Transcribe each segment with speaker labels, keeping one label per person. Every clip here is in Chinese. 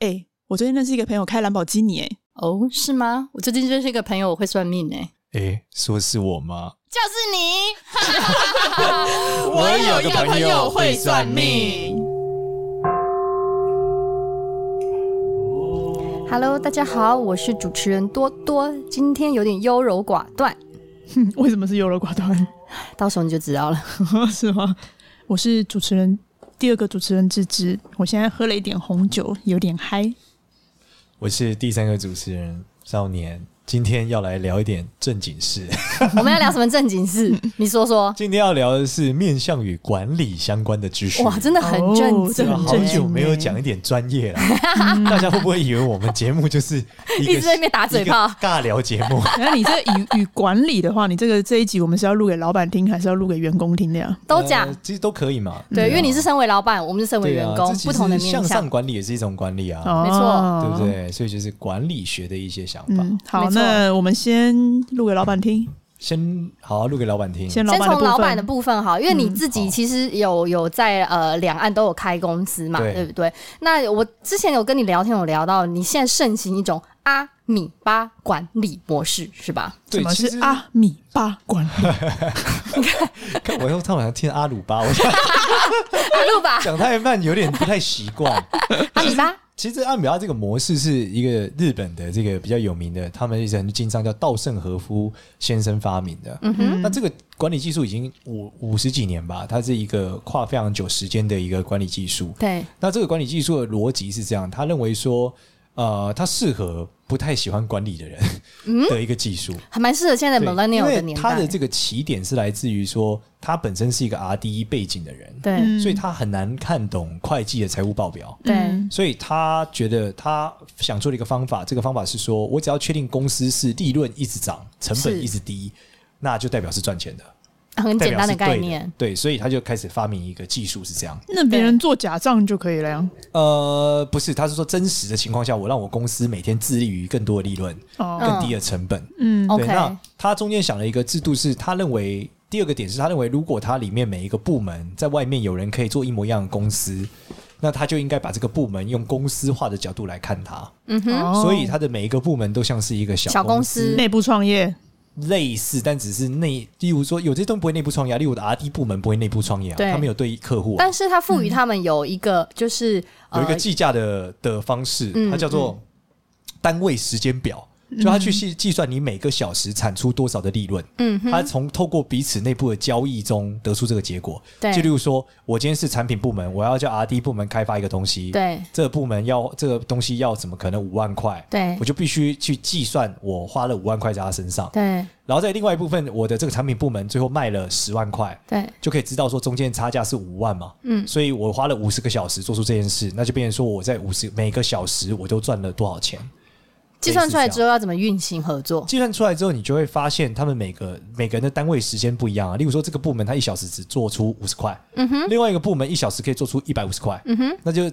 Speaker 1: 哎、我最近认识一个朋友开兰博基尼、哎，
Speaker 2: 哦，是吗？我最近认识一个朋友，我会算命哎、
Speaker 3: 诶，说是我吗？
Speaker 2: 就是你。
Speaker 3: 我有个朋友会算
Speaker 1: 命。
Speaker 2: Hello，大家好，我是主持人多多，今天有点优柔寡断，
Speaker 1: 哼嗯为什么是优柔寡断？
Speaker 2: 到时候你就知道 了。
Speaker 1: 是吗？我是主持人，第二个主持人芝芝。我现在喝了一点红酒，有点嗨。
Speaker 3: 我是第三个主持人少年，今天要来聊一点正经事。
Speaker 2: 我们要聊什么正经 事？你说说。
Speaker 3: 今天要聊的是面向与管理相关的知识。
Speaker 2: 哇，真的很
Speaker 1: 哦
Speaker 2: 正
Speaker 1: 这
Speaker 2: 经、
Speaker 1: 个
Speaker 3: 的
Speaker 1: 很
Speaker 3: 好
Speaker 1: 正经
Speaker 3: 久没有
Speaker 1: 欸
Speaker 3: 讲一点专业了， 大家会不会以为我们节目就是一个
Speaker 2: 一直在那边打嘴炮
Speaker 3: 一个尬聊节目？
Speaker 1: 那你这 与与管理的话，你这个这一集我们是要录给老板听，还是要录给员工听的呀？
Speaker 2: 都讲、
Speaker 3: 呃其实都可以嘛。
Speaker 2: 对，
Speaker 3: 啊
Speaker 2: 因为你是身为老板，我们是身为
Speaker 3: 对
Speaker 2: 员
Speaker 3: 啊
Speaker 2: 工，
Speaker 3: 这其
Speaker 2: 不同的
Speaker 3: 实
Speaker 2: 面
Speaker 3: 向上
Speaker 2: 向。
Speaker 3: 管理也是一种管理啊，
Speaker 1: 哦
Speaker 2: 没错
Speaker 3: 对不？对？所以就是管理学的一些想法。
Speaker 1: 嗯，好
Speaker 2: 没，错
Speaker 1: 那我们先录给老板听，
Speaker 3: 嗯先好好录给老板听。
Speaker 1: 先老
Speaker 2: 先
Speaker 1: 板的
Speaker 2: 从
Speaker 1: 部
Speaker 2: 老板
Speaker 1: 分
Speaker 2: 的。部分好，因为你自
Speaker 3: 嗯好
Speaker 2: 己其实有有在呃两岸都有开公司嘛，
Speaker 3: 对
Speaker 2: 对不对？那我之前有跟你聊天，有聊到你现在盛行一种阿米巴管理模式，是 吧？
Speaker 3: 对，
Speaker 1: 什么
Speaker 3: 其
Speaker 1: 是
Speaker 3: 实
Speaker 2: 啊
Speaker 1: 阿米巴管理？
Speaker 3: 看 我又突然听阿鲁巴，我
Speaker 2: 阿鲁巴，
Speaker 3: 讲太慢有点不太习 惯。
Speaker 2: 阿米 巴，
Speaker 3: 其实阿米巴这个模式是一个日本的这个比较有名的，他们一直很经商叫稻盛和夫先生发明的。
Speaker 2: 嗯哼，
Speaker 3: 那这个管理技术已经五五十几年吧，它是一个跨非常久时间的一个管理技术。
Speaker 2: 对，
Speaker 3: 那这个管理技术的逻辑是这样，他认为说，呃，它适合不太喜欢管理的人的一个技术。
Speaker 2: 还蛮适合嗯现在
Speaker 3: 对
Speaker 2: millennial 的
Speaker 3: 因为
Speaker 2: 年
Speaker 3: 他
Speaker 2: 代
Speaker 3: 的。这个起点是来自于说，他本身是一个 RDE 背景的人，
Speaker 2: 对
Speaker 1: 嗯
Speaker 3: 所以他很难看懂会计的财务报表。
Speaker 2: 对
Speaker 1: 嗯
Speaker 3: 所以他觉得他想做的一个方法，这个方法是说我只要确定公司是利润一直涨，成
Speaker 2: 是
Speaker 3: 本一直低，那就代表是赚钱的，
Speaker 2: 很
Speaker 3: 代
Speaker 2: 简
Speaker 3: 表
Speaker 2: 单
Speaker 3: 是
Speaker 2: 的概
Speaker 3: 对
Speaker 2: 念。。
Speaker 3: 对，所以他就开始发明一个技术是这样。
Speaker 1: 那别人做假账就可以了呀。
Speaker 3: 呃，不是，他是说真实的情况下，我让我公司每天致力于更多的利润、
Speaker 1: 哦，
Speaker 3: 更低的成本。
Speaker 1: 嗯，
Speaker 2: OK
Speaker 3: 对，那他中间想了一个制度，是他认为第二个点是他认为，如果他里面每一个部门在外面有人可以做一模一样的公司，那他就应该把这个部门用公司化的角度来看它，
Speaker 2: 嗯哼，
Speaker 1: 哦
Speaker 3: 所以他的每一个部门都像是一个
Speaker 2: 小
Speaker 3: 小
Speaker 2: 公
Speaker 3: 公
Speaker 2: 司
Speaker 1: 内部创业，
Speaker 3: 类似，但只是内，例如说有这东西不会内部创业啊，例如我的 R D 部门不会内部创业啊，
Speaker 2: 对
Speaker 3: 他们有对客户啊、
Speaker 2: 但是它赋予他们有一个就是
Speaker 3: 有一个
Speaker 2: 呃
Speaker 3: 计价的的方式，
Speaker 2: 嗯
Speaker 3: 它叫做单位时间表，就它去计计算你每个小时产出多少的利润。
Speaker 2: 嗯哼，
Speaker 3: 它从透过彼此内部的交易中得出这个结果。
Speaker 2: 对
Speaker 3: 就例如说，我今天是产品部门，我要叫 R D 部门开发一个东西，，
Speaker 2: 对
Speaker 3: 这个部门要这个东西要怎么可能五万块？
Speaker 2: 对
Speaker 3: 我就必须去计算我花了五万块在他身上，
Speaker 2: 对
Speaker 3: 然后在另外一部分，我的这个产品部门最后卖了十万块，
Speaker 2: 对，
Speaker 3: 就可以知道说中间差价是五万嘛，
Speaker 2: 嗯
Speaker 3: 所以我花了五十个小时做出这件事，那就变成说我在五十每个小时我都赚了多少钱。
Speaker 2: 计算出来之
Speaker 3: 后，
Speaker 2: 后要怎么运行合作？
Speaker 3: 计算出来之后，你就会发现他们每个每个人的单位时间不一样啊。例如说，这个部门它一小时只做出五十块，
Speaker 2: 嗯哼，
Speaker 3: 另外一个部门一小时可以做出一百五十块，
Speaker 2: 嗯哼，
Speaker 3: 那就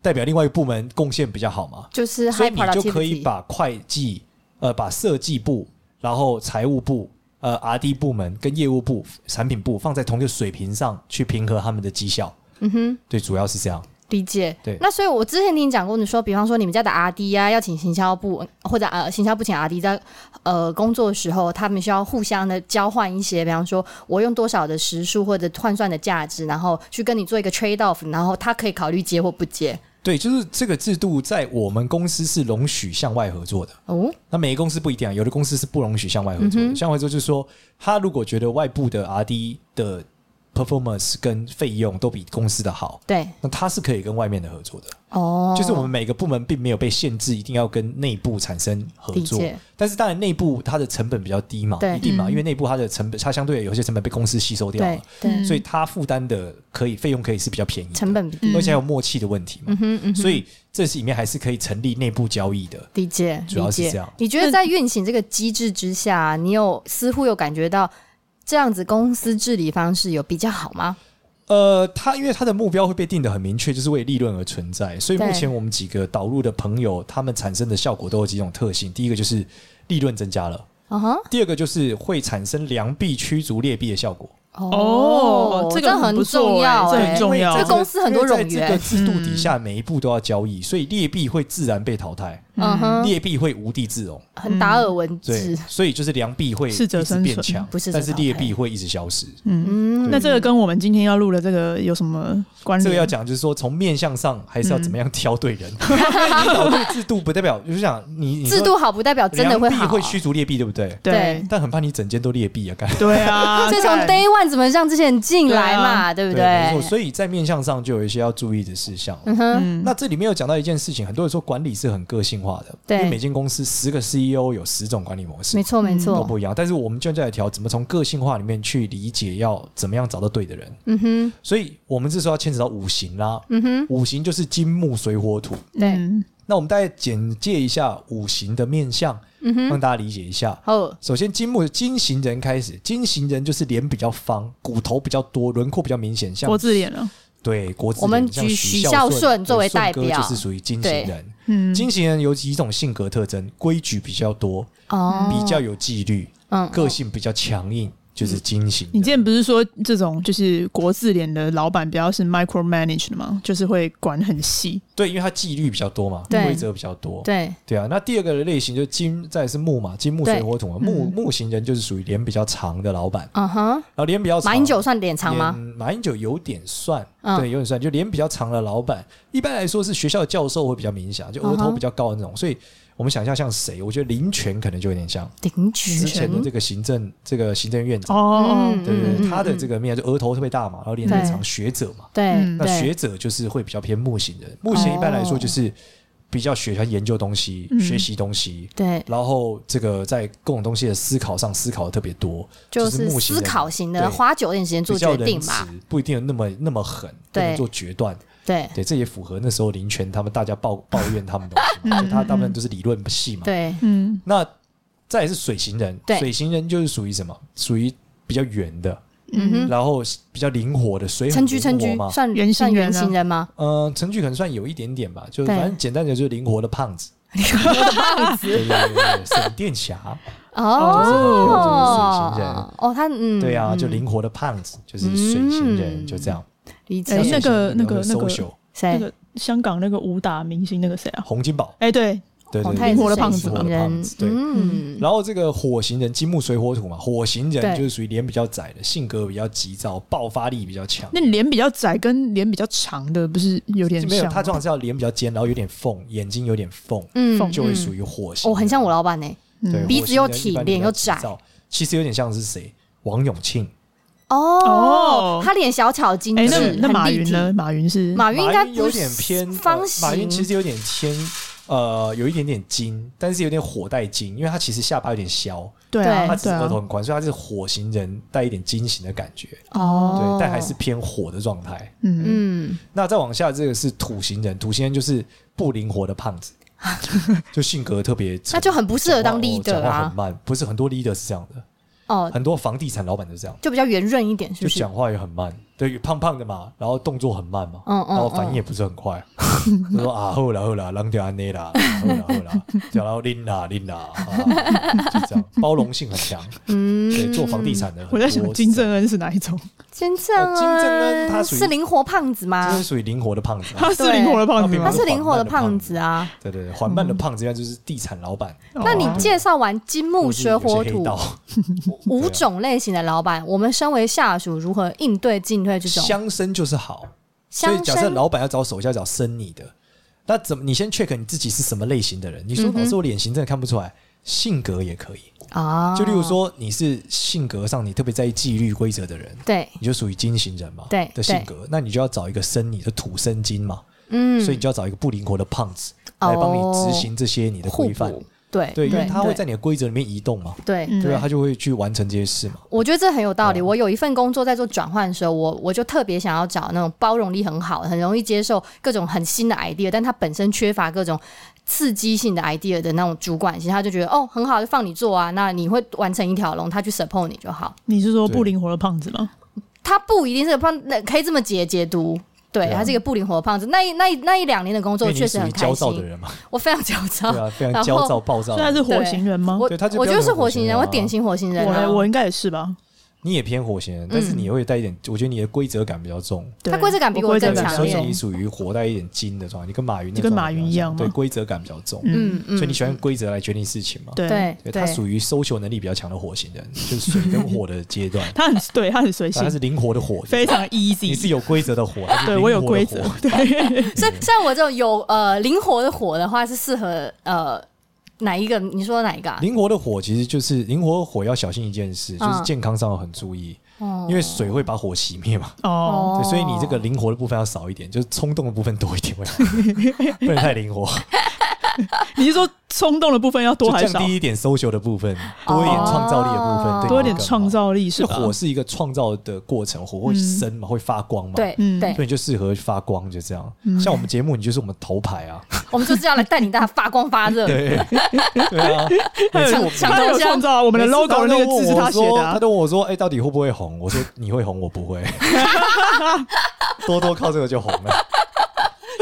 Speaker 3: 代表另外一个部门贡献比较好嘛。
Speaker 2: 就是
Speaker 3: 所以
Speaker 2: high
Speaker 3: 你就可以
Speaker 2: productivity。
Speaker 3: 把会计、呃，把设计部、然后财务部、呃，R D 部门跟业务部、产品部放在同一个水平上去平衡他们的绩效。
Speaker 2: 嗯哼，
Speaker 3: 对，主要是这样。
Speaker 2: 理解。
Speaker 3: 对
Speaker 2: 那所以我之前听你讲过，你说，比方说你们家的 R D 啊，要请行销部或者呃行销部请 R D 在呃工作的时候，他们需要互相的交换一些，比方说我用多少的时数或者换算的价值，然后去跟你做一个 trade off，然后他可以考虑接或不接。
Speaker 3: 对，就是这个制度在我们公司是容许向外合作的。
Speaker 2: 哦，
Speaker 3: 那每个公司不一定啊，有的公司是不容许向外合作
Speaker 2: 嗯
Speaker 3: 的。向外合作就是说，他如果觉得外部的 R D 的 performance 跟费用都比公司的好，
Speaker 2: 对，
Speaker 3: 那他是可以跟外面的合作的。
Speaker 2: 哦，
Speaker 3: 就是我们每个部门并没有被限制，一定要跟内部产生合
Speaker 2: 理
Speaker 3: 作
Speaker 2: 解。
Speaker 3: 但是当然，内部它的成本比较低嘛，
Speaker 2: 对
Speaker 3: 一定嘛，
Speaker 1: 嗯
Speaker 3: 因为内部它的成本，它相对有些成本被公司吸收掉
Speaker 2: 对
Speaker 3: 了，
Speaker 2: 对
Speaker 1: 嗯
Speaker 3: 所以它负担的可以费用可以是比较便宜的，
Speaker 2: 成本比例
Speaker 3: 而且还有默契的问题嘛，
Speaker 2: 嗯嗯
Speaker 3: 所以这是里面还是可以成立内部交易的。
Speaker 2: 理解，
Speaker 3: 主要
Speaker 2: 理
Speaker 3: 是
Speaker 2: 解。
Speaker 3: 这样
Speaker 2: 你觉得在运行这个机制之下，你有似乎有感觉到这样子公司治理方式有比较好吗？
Speaker 3: 呃，它因为它的目标会被定的很明确，就是为利润而存在，所以目
Speaker 2: 对
Speaker 3: 前我们几个导入的朋友，他们产生的效果都有几种特性，第一个就是利润增加了。
Speaker 2: 啊哈，
Speaker 3: 第二个就是会产生良币驱逐劣币的效果。
Speaker 1: 哦这个很不
Speaker 2: 很
Speaker 1: 错
Speaker 2: 重要
Speaker 1: 欸这
Speaker 2: 哎，
Speaker 1: 很重要嗯
Speaker 2: 这公司很多冗
Speaker 3: 因为在这个
Speaker 2: 员，
Speaker 3: 制度底下，每一步都要交易，所以劣币会自然被淘汰，
Speaker 2: 嗯哼，
Speaker 3: 劣币会无地自容。
Speaker 2: 很达尔文
Speaker 3: 对
Speaker 2: 制，，
Speaker 3: 所以就是良币会一
Speaker 1: 适者
Speaker 3: 直
Speaker 1: 生
Speaker 3: 变
Speaker 1: 存
Speaker 3: 强
Speaker 2: 不是，
Speaker 3: 但
Speaker 2: 者
Speaker 3: 是
Speaker 2: 淘
Speaker 3: 劣
Speaker 2: 汰
Speaker 3: 币会一直消失。
Speaker 2: 嗯，
Speaker 1: 那这个跟我们今天要录的这个有什么关
Speaker 3: 这
Speaker 1: 联？
Speaker 3: 个要讲，就是说从面向上还是要
Speaker 2: 嗯
Speaker 3: 怎么样挑对人。因为你搞对制度，不代表就是讲你你说
Speaker 2: 制度好不代表真的会
Speaker 3: 良
Speaker 2: 好
Speaker 3: 币
Speaker 2: 啊，
Speaker 3: 会驱逐劣币，对不对？
Speaker 1: 对
Speaker 3: 但很怕你整间都劣币啊，干
Speaker 1: 对 啊，
Speaker 2: 所以从
Speaker 1: 干
Speaker 2: day one 怎么让这些人进来
Speaker 1: 啊
Speaker 2: 嘛，对不
Speaker 3: 没错。
Speaker 2: 对？
Speaker 3: 所以在面向上就有一些要注意的事项。
Speaker 2: 嗯哼，
Speaker 1: 嗯
Speaker 3: 那这里面有讲到一件事情，很多人说管理是很个性化的，
Speaker 2: 对
Speaker 3: 因为每间公司十个 CEO 有十种管理模式
Speaker 2: 没，错没
Speaker 3: 都
Speaker 2: 错，
Speaker 3: 不一样。但是我们就在调怎么从个性化里面去理解，要怎么样找到对的人。
Speaker 2: 嗯哼
Speaker 3: 所以我们这时候要牵扯到五行啦，
Speaker 2: 嗯哼，
Speaker 3: 五行就是金木水火土。
Speaker 2: 对，
Speaker 1: 嗯
Speaker 3: 那我们大概简介一下五行的面相，
Speaker 2: 嗯哼，
Speaker 3: 让大家理解一下。
Speaker 2: 哦，
Speaker 3: 首先，金木金型人开始，金型人就是脸比较方，骨头比较多，轮廓比较明显，像
Speaker 1: 国字脸了，
Speaker 3: 对国字脸。
Speaker 2: 我们
Speaker 3: 像
Speaker 2: 举
Speaker 3: 许
Speaker 2: 许
Speaker 3: 孝
Speaker 2: 孝顺作为
Speaker 3: 对
Speaker 2: 代
Speaker 3: 顺哥
Speaker 2: 表
Speaker 3: 就是属于金型人。
Speaker 1: 嗯，
Speaker 3: 金型人有几种性格特征：规矩比较多，
Speaker 2: 哦，
Speaker 3: 比较有纪律，
Speaker 2: 嗯
Speaker 3: 个性比较强硬，就是金型人。
Speaker 1: 你之前不是说这种就是国字脸的老板比较是 micro manage 的吗？就是会管很细，
Speaker 3: 对，因为他纪律比较多嘛，
Speaker 2: 对
Speaker 3: 规则比较多。
Speaker 2: 对，
Speaker 3: 对啊，那第二个类型就是金，再来是木嘛，金木水
Speaker 2: 对
Speaker 3: 火土嘛。
Speaker 1: 嗯
Speaker 3: 木木型人就是属于脸比较长的老板，
Speaker 2: 嗯哼，
Speaker 3: 然后脸比较长。
Speaker 2: 马英九算脸长吗？
Speaker 3: 脸？马英九有点算，
Speaker 2: 嗯
Speaker 3: 对，有点算，就脸比较长的老板，一般来说是学校教授会比较明显，就额
Speaker 2: 嗯
Speaker 3: 头
Speaker 2: 哼
Speaker 3: 比较高的那种。所以我们想象像谁？我觉得林权可能就有点像
Speaker 2: 林
Speaker 3: 之
Speaker 2: 权，
Speaker 3: 前的这个行政这个行政院长，
Speaker 1: 哦，
Speaker 2: 嗯
Speaker 3: 对对
Speaker 2: 嗯
Speaker 3: 对，
Speaker 2: 嗯
Speaker 3: 他的这个面就额头特别大嘛，然后脸特别
Speaker 2: 对
Speaker 3: 长，学者嘛。
Speaker 2: 对哦
Speaker 1: 嗯
Speaker 3: 那学
Speaker 2: 对，
Speaker 3: 者就是会比较偏木型人，木型一般来说就是比较喜欢研究东西、
Speaker 1: 嗯
Speaker 3: 学习东西，
Speaker 2: 对，
Speaker 3: 然后这个在各种东西的思考上思考的特别多，
Speaker 2: 就
Speaker 3: 就是
Speaker 2: 是
Speaker 3: 木型
Speaker 2: 思
Speaker 3: 人
Speaker 2: 考型的，
Speaker 3: 对
Speaker 2: 花九点时间做
Speaker 3: 比较
Speaker 2: 决
Speaker 3: 仁
Speaker 2: 定
Speaker 3: 慈
Speaker 2: 吧，，
Speaker 3: 不一定那么那么狠，不
Speaker 2: 对
Speaker 3: 能做决断。
Speaker 2: 对
Speaker 3: 对，这也符合那时候林权他们大家抱抱怨他们的东西嘛，就他他们都是理论系嘛。
Speaker 2: 嗯对，
Speaker 1: 嗯，
Speaker 3: 那再来是水型人，
Speaker 2: 对
Speaker 3: 水型人就是属于什么？属于比较圆的，
Speaker 2: 嗯哼，
Speaker 3: 然后比较灵活的，水
Speaker 2: 称
Speaker 3: 很
Speaker 2: 居
Speaker 3: 灵
Speaker 2: 称
Speaker 3: 活
Speaker 2: 居
Speaker 3: 嘛。
Speaker 2: 算
Speaker 1: 圆
Speaker 2: 算
Speaker 1: 形人
Speaker 2: 圆
Speaker 1: 啊
Speaker 2: 形人吗？
Speaker 3: 呃，程序可能算有一点点吧，就
Speaker 2: 对
Speaker 3: 反正简单的就是灵活的胖子，
Speaker 2: 胖子
Speaker 3: 对对对对对，闪电侠，就是水型人
Speaker 2: 哦，哦，他嗯，
Speaker 3: 对啊，
Speaker 2: 嗯
Speaker 3: 就灵活的胖子，就是水型人，
Speaker 2: 嗯
Speaker 3: 就这样。
Speaker 2: 理
Speaker 1: 哎
Speaker 2: 解
Speaker 1: 那个那个那个
Speaker 3: social
Speaker 1: 那
Speaker 2: 谁
Speaker 1: 个香港那个武打明星那个谁啊？
Speaker 3: 洪金宝，
Speaker 1: 哎，对，
Speaker 3: 对对
Speaker 2: 哦
Speaker 3: 对，
Speaker 2: 他也
Speaker 1: 灵活的
Speaker 2: 是
Speaker 1: 胖
Speaker 2: 水
Speaker 1: 子嘛
Speaker 2: 型
Speaker 3: 灵活的胖
Speaker 2: 人
Speaker 3: 子，，对。
Speaker 2: 嗯，
Speaker 3: 然后这个火型人，金木水火土嘛，火型人
Speaker 2: 对
Speaker 3: 就是属于脸比较窄的，性格比较急躁，爆发力比较强。
Speaker 1: 那你脸比较窄跟脸比较长的不是有点
Speaker 3: 没有，
Speaker 1: 像
Speaker 3: 他
Speaker 1: 吗？
Speaker 3: 通常是要脸比较尖，然后有点缝，眼睛有点缝，
Speaker 2: 嗯
Speaker 3: 就会
Speaker 2: 嗯
Speaker 3: 属于火型人。
Speaker 2: 哦，很像我老板呢。
Speaker 3: 对
Speaker 1: 嗯
Speaker 2: 鼻子又
Speaker 3: 火型人一般
Speaker 2: 挺脸又
Speaker 3: 比较急躁，其实有点像是谁？王永庆。
Speaker 2: 哦
Speaker 1: 哦，
Speaker 2: 他脸小巧精
Speaker 1: 哎，
Speaker 2: 致，
Speaker 1: 那那
Speaker 2: 很
Speaker 1: 马
Speaker 2: 立
Speaker 1: 云
Speaker 2: 体
Speaker 1: 呢？？马云是
Speaker 2: 马云应该
Speaker 3: 马云
Speaker 2: 不
Speaker 3: 有
Speaker 2: 是
Speaker 3: 点偏
Speaker 2: 方
Speaker 3: 呃马云其
Speaker 2: 形，
Speaker 3: 实有点偏呃，有一点点金，但是有点火带金，因为他其实下巴有点削，
Speaker 1: 对
Speaker 2: 哎对
Speaker 1: 啊
Speaker 3: 他只是
Speaker 1: 对
Speaker 3: 额
Speaker 1: 啊
Speaker 3: 头，很宽，所以他是火型人带一点金型的感觉，对，
Speaker 2: 哦，
Speaker 3: 但还是偏火的状态。
Speaker 1: 嗯，
Speaker 2: 嗯，
Speaker 3: 那再往下，这个是土型人，土型人就是不灵活的胖 子，就性格特别沉，
Speaker 2: 那就很不适合当
Speaker 3: 讲
Speaker 2: leader
Speaker 3: 话很
Speaker 2: 啊，
Speaker 3: 慢，不是很多 leader 是这样的，
Speaker 2: 哦，
Speaker 3: 很多房地产老板都这样，
Speaker 2: 就比较圆润一点，是
Speaker 3: 就
Speaker 2: 不是？
Speaker 3: 讲话也很慢，对，胖胖的嘛，然后动作很慢嘛，
Speaker 2: 嗯嗯
Speaker 3: 然后反应也不是很快，就说 啊，后啦后啦，浪掉安内啦，后啦后 啦，然后拎啦拎啦，啊就这样，包容性很强，对，
Speaker 2: 嗯，
Speaker 3: 做房地产的很
Speaker 1: 我在想
Speaker 3: 多
Speaker 1: 金正
Speaker 3: 是
Speaker 1: 恩是哪一种？
Speaker 2: 金正
Speaker 3: 哦金正恩
Speaker 2: 恩，
Speaker 3: 他属于
Speaker 2: 啊是灵活胖子
Speaker 3: 这
Speaker 2: 吗
Speaker 3: 是？属于灵活的胖 子
Speaker 1: 他
Speaker 3: 啊，
Speaker 1: 是灵活的胖子
Speaker 3: 对
Speaker 1: 吗
Speaker 2: 他
Speaker 3: 他？
Speaker 2: 是
Speaker 3: 是
Speaker 2: 灵活的
Speaker 3: 缓慢的胖
Speaker 2: 胖
Speaker 3: 子
Speaker 2: 子啊。
Speaker 3: 对对对，缓慢的胖子，应该就是地产老板，
Speaker 2: 嗯那你
Speaker 1: 哦
Speaker 2: 介绍完金木
Speaker 3: 或是
Speaker 2: 水
Speaker 3: 有些
Speaker 2: 火
Speaker 3: 黑
Speaker 2: 土
Speaker 3: 道啊
Speaker 2: 五种类型的老板，我们身为下属如何应对进退这种？
Speaker 3: 相生就是好。所以
Speaker 2: 相
Speaker 3: 假设
Speaker 2: 生
Speaker 3: 老板要找手下找生你的，那怎么你先 check 你自己是什么类型的人？你说
Speaker 2: 嗯哼
Speaker 3: 老师我脸型真的看不出来，性格也可以。
Speaker 2: 啊，
Speaker 3: 就例如，说你是性格上你特别在意纪律规则的人，
Speaker 2: 对，
Speaker 3: 你就属于金型人嘛，
Speaker 2: 对
Speaker 3: 的性格，那你就要找一个生你的土生金嘛，
Speaker 2: 嗯，哦
Speaker 3: 所以你就要找一个不灵活的胖子来帮你执行这些你的
Speaker 2: 互
Speaker 3: 规范。
Speaker 2: 补，对
Speaker 3: 对，因为他会
Speaker 2: 对
Speaker 3: 在你的规则里面移动嘛，
Speaker 2: 对
Speaker 1: 嗯
Speaker 3: 对啊，他就会去完成这些事嘛。
Speaker 2: 我觉得这很有道理。
Speaker 3: 对啊
Speaker 2: 我有一份工作在做转换的时候，我我就特别想要找那种包容力很好、很容易接受各种很新的 idea，但他本身缺乏各种刺激性的 idea 的那种主管型，他就觉得哦很好，就放你做啊，那你会完成一条龙，他去 support 你就好。
Speaker 1: 你是说
Speaker 3: 对
Speaker 1: 不灵活的胖子吗？
Speaker 2: 他不一定是胖，那可以这么解解读。对，
Speaker 3: 对啊
Speaker 2: 他是一个不灵活的胖子。那一那一那一两年的工
Speaker 3: 因
Speaker 2: 作
Speaker 3: 为你
Speaker 2: 确
Speaker 3: 是
Speaker 2: 实
Speaker 3: 属
Speaker 2: 很
Speaker 3: 于
Speaker 2: 开
Speaker 3: 焦躁的
Speaker 2: 心，
Speaker 3: 人嘛，
Speaker 2: 我非常焦躁。
Speaker 3: 对啊，非
Speaker 2: 然
Speaker 3: 常
Speaker 2: 后
Speaker 3: 焦躁暴躁
Speaker 1: 所以。他是火星人吗？
Speaker 2: 我
Speaker 3: 对他就
Speaker 2: 我
Speaker 3: 标
Speaker 2: 就
Speaker 3: 准
Speaker 2: 是
Speaker 3: 火
Speaker 2: 火
Speaker 3: 星
Speaker 2: 星
Speaker 3: 人
Speaker 2: 人，
Speaker 3: 啊
Speaker 2: 我典型火星人、
Speaker 1: 我嘞
Speaker 2: 啊。
Speaker 1: 我应该也是吧？
Speaker 3: 你也偏火型，但
Speaker 2: 嗯
Speaker 3: 是你也会带一点，我觉得你的规则感比较重，
Speaker 1: 对
Speaker 2: 他规则感比
Speaker 1: 我
Speaker 2: 我
Speaker 1: 规则
Speaker 2: 更
Speaker 1: 感
Speaker 2: 强
Speaker 3: 所
Speaker 1: 比
Speaker 3: 以
Speaker 1: 较
Speaker 2: 烈
Speaker 1: 重
Speaker 3: 你属于活带一点筋的状态，你跟马云那
Speaker 1: 就跟
Speaker 3: 状
Speaker 1: 马
Speaker 3: 态
Speaker 1: 云
Speaker 3: 比较
Speaker 1: 一样
Speaker 3: 像
Speaker 1: 嘛
Speaker 3: 对规则感比较重，
Speaker 1: 嗯，
Speaker 2: 嗯
Speaker 3: 所以你喜欢规则来决定事情嘛？
Speaker 1: 对，
Speaker 2: 对
Speaker 3: 对，他属于搜求能力比较强的火型人， 就是水跟火的阶
Speaker 1: ，
Speaker 3: 段
Speaker 1: 他很对，他很随性
Speaker 3: 他，是灵活的火，
Speaker 1: 非常
Speaker 3: 你是
Speaker 1: easy。
Speaker 3: 有规则的火，他是
Speaker 1: 对我有
Speaker 3: 灵活的
Speaker 1: 规
Speaker 3: 火
Speaker 1: 则，对，
Speaker 2: 所以像我这种有呃灵活的火的话，是适合呃哪一个？你说哪一个、啊？
Speaker 3: 灵活的火其实就是灵活的火要小心一件事，就是
Speaker 2: 嗯
Speaker 3: 健康上很注意，
Speaker 2: 哦
Speaker 3: 因为水会把火熄灭嘛。
Speaker 1: 哦，
Speaker 3: 对，所以你这个灵活的部分要少一点，就是冲动的部分多一点 会好，不能太灵活，
Speaker 1: 你是说冲动的部分要 多
Speaker 3: 就
Speaker 1: 还是少
Speaker 3: 降？低一点 social 的部分，多一点创造力的部分，
Speaker 2: 哦
Speaker 3: 对，
Speaker 1: 多一点创。造嗯力是
Speaker 3: 是
Speaker 1: 吧？
Speaker 3: 火是一个创造的过程，火会生嘛，会发光嘛，，
Speaker 2: 对
Speaker 1: 嗯
Speaker 2: 对，
Speaker 3: 所以你就适合发光，就这样。
Speaker 1: 嗯
Speaker 3: 像我们节目，你就是我们头牌啊，
Speaker 2: 我们就是要来带领大家发光发热。
Speaker 3: 对，对啊，
Speaker 1: 他有
Speaker 2: 每次我
Speaker 1: 他有创 造啊，我
Speaker 3: 我
Speaker 1: 们的 logo 的那个字是他写的啊
Speaker 3: 他，都问我说：“哎、到底会不会红？”我说：“你会红，我不会。” 多多靠这个就红了。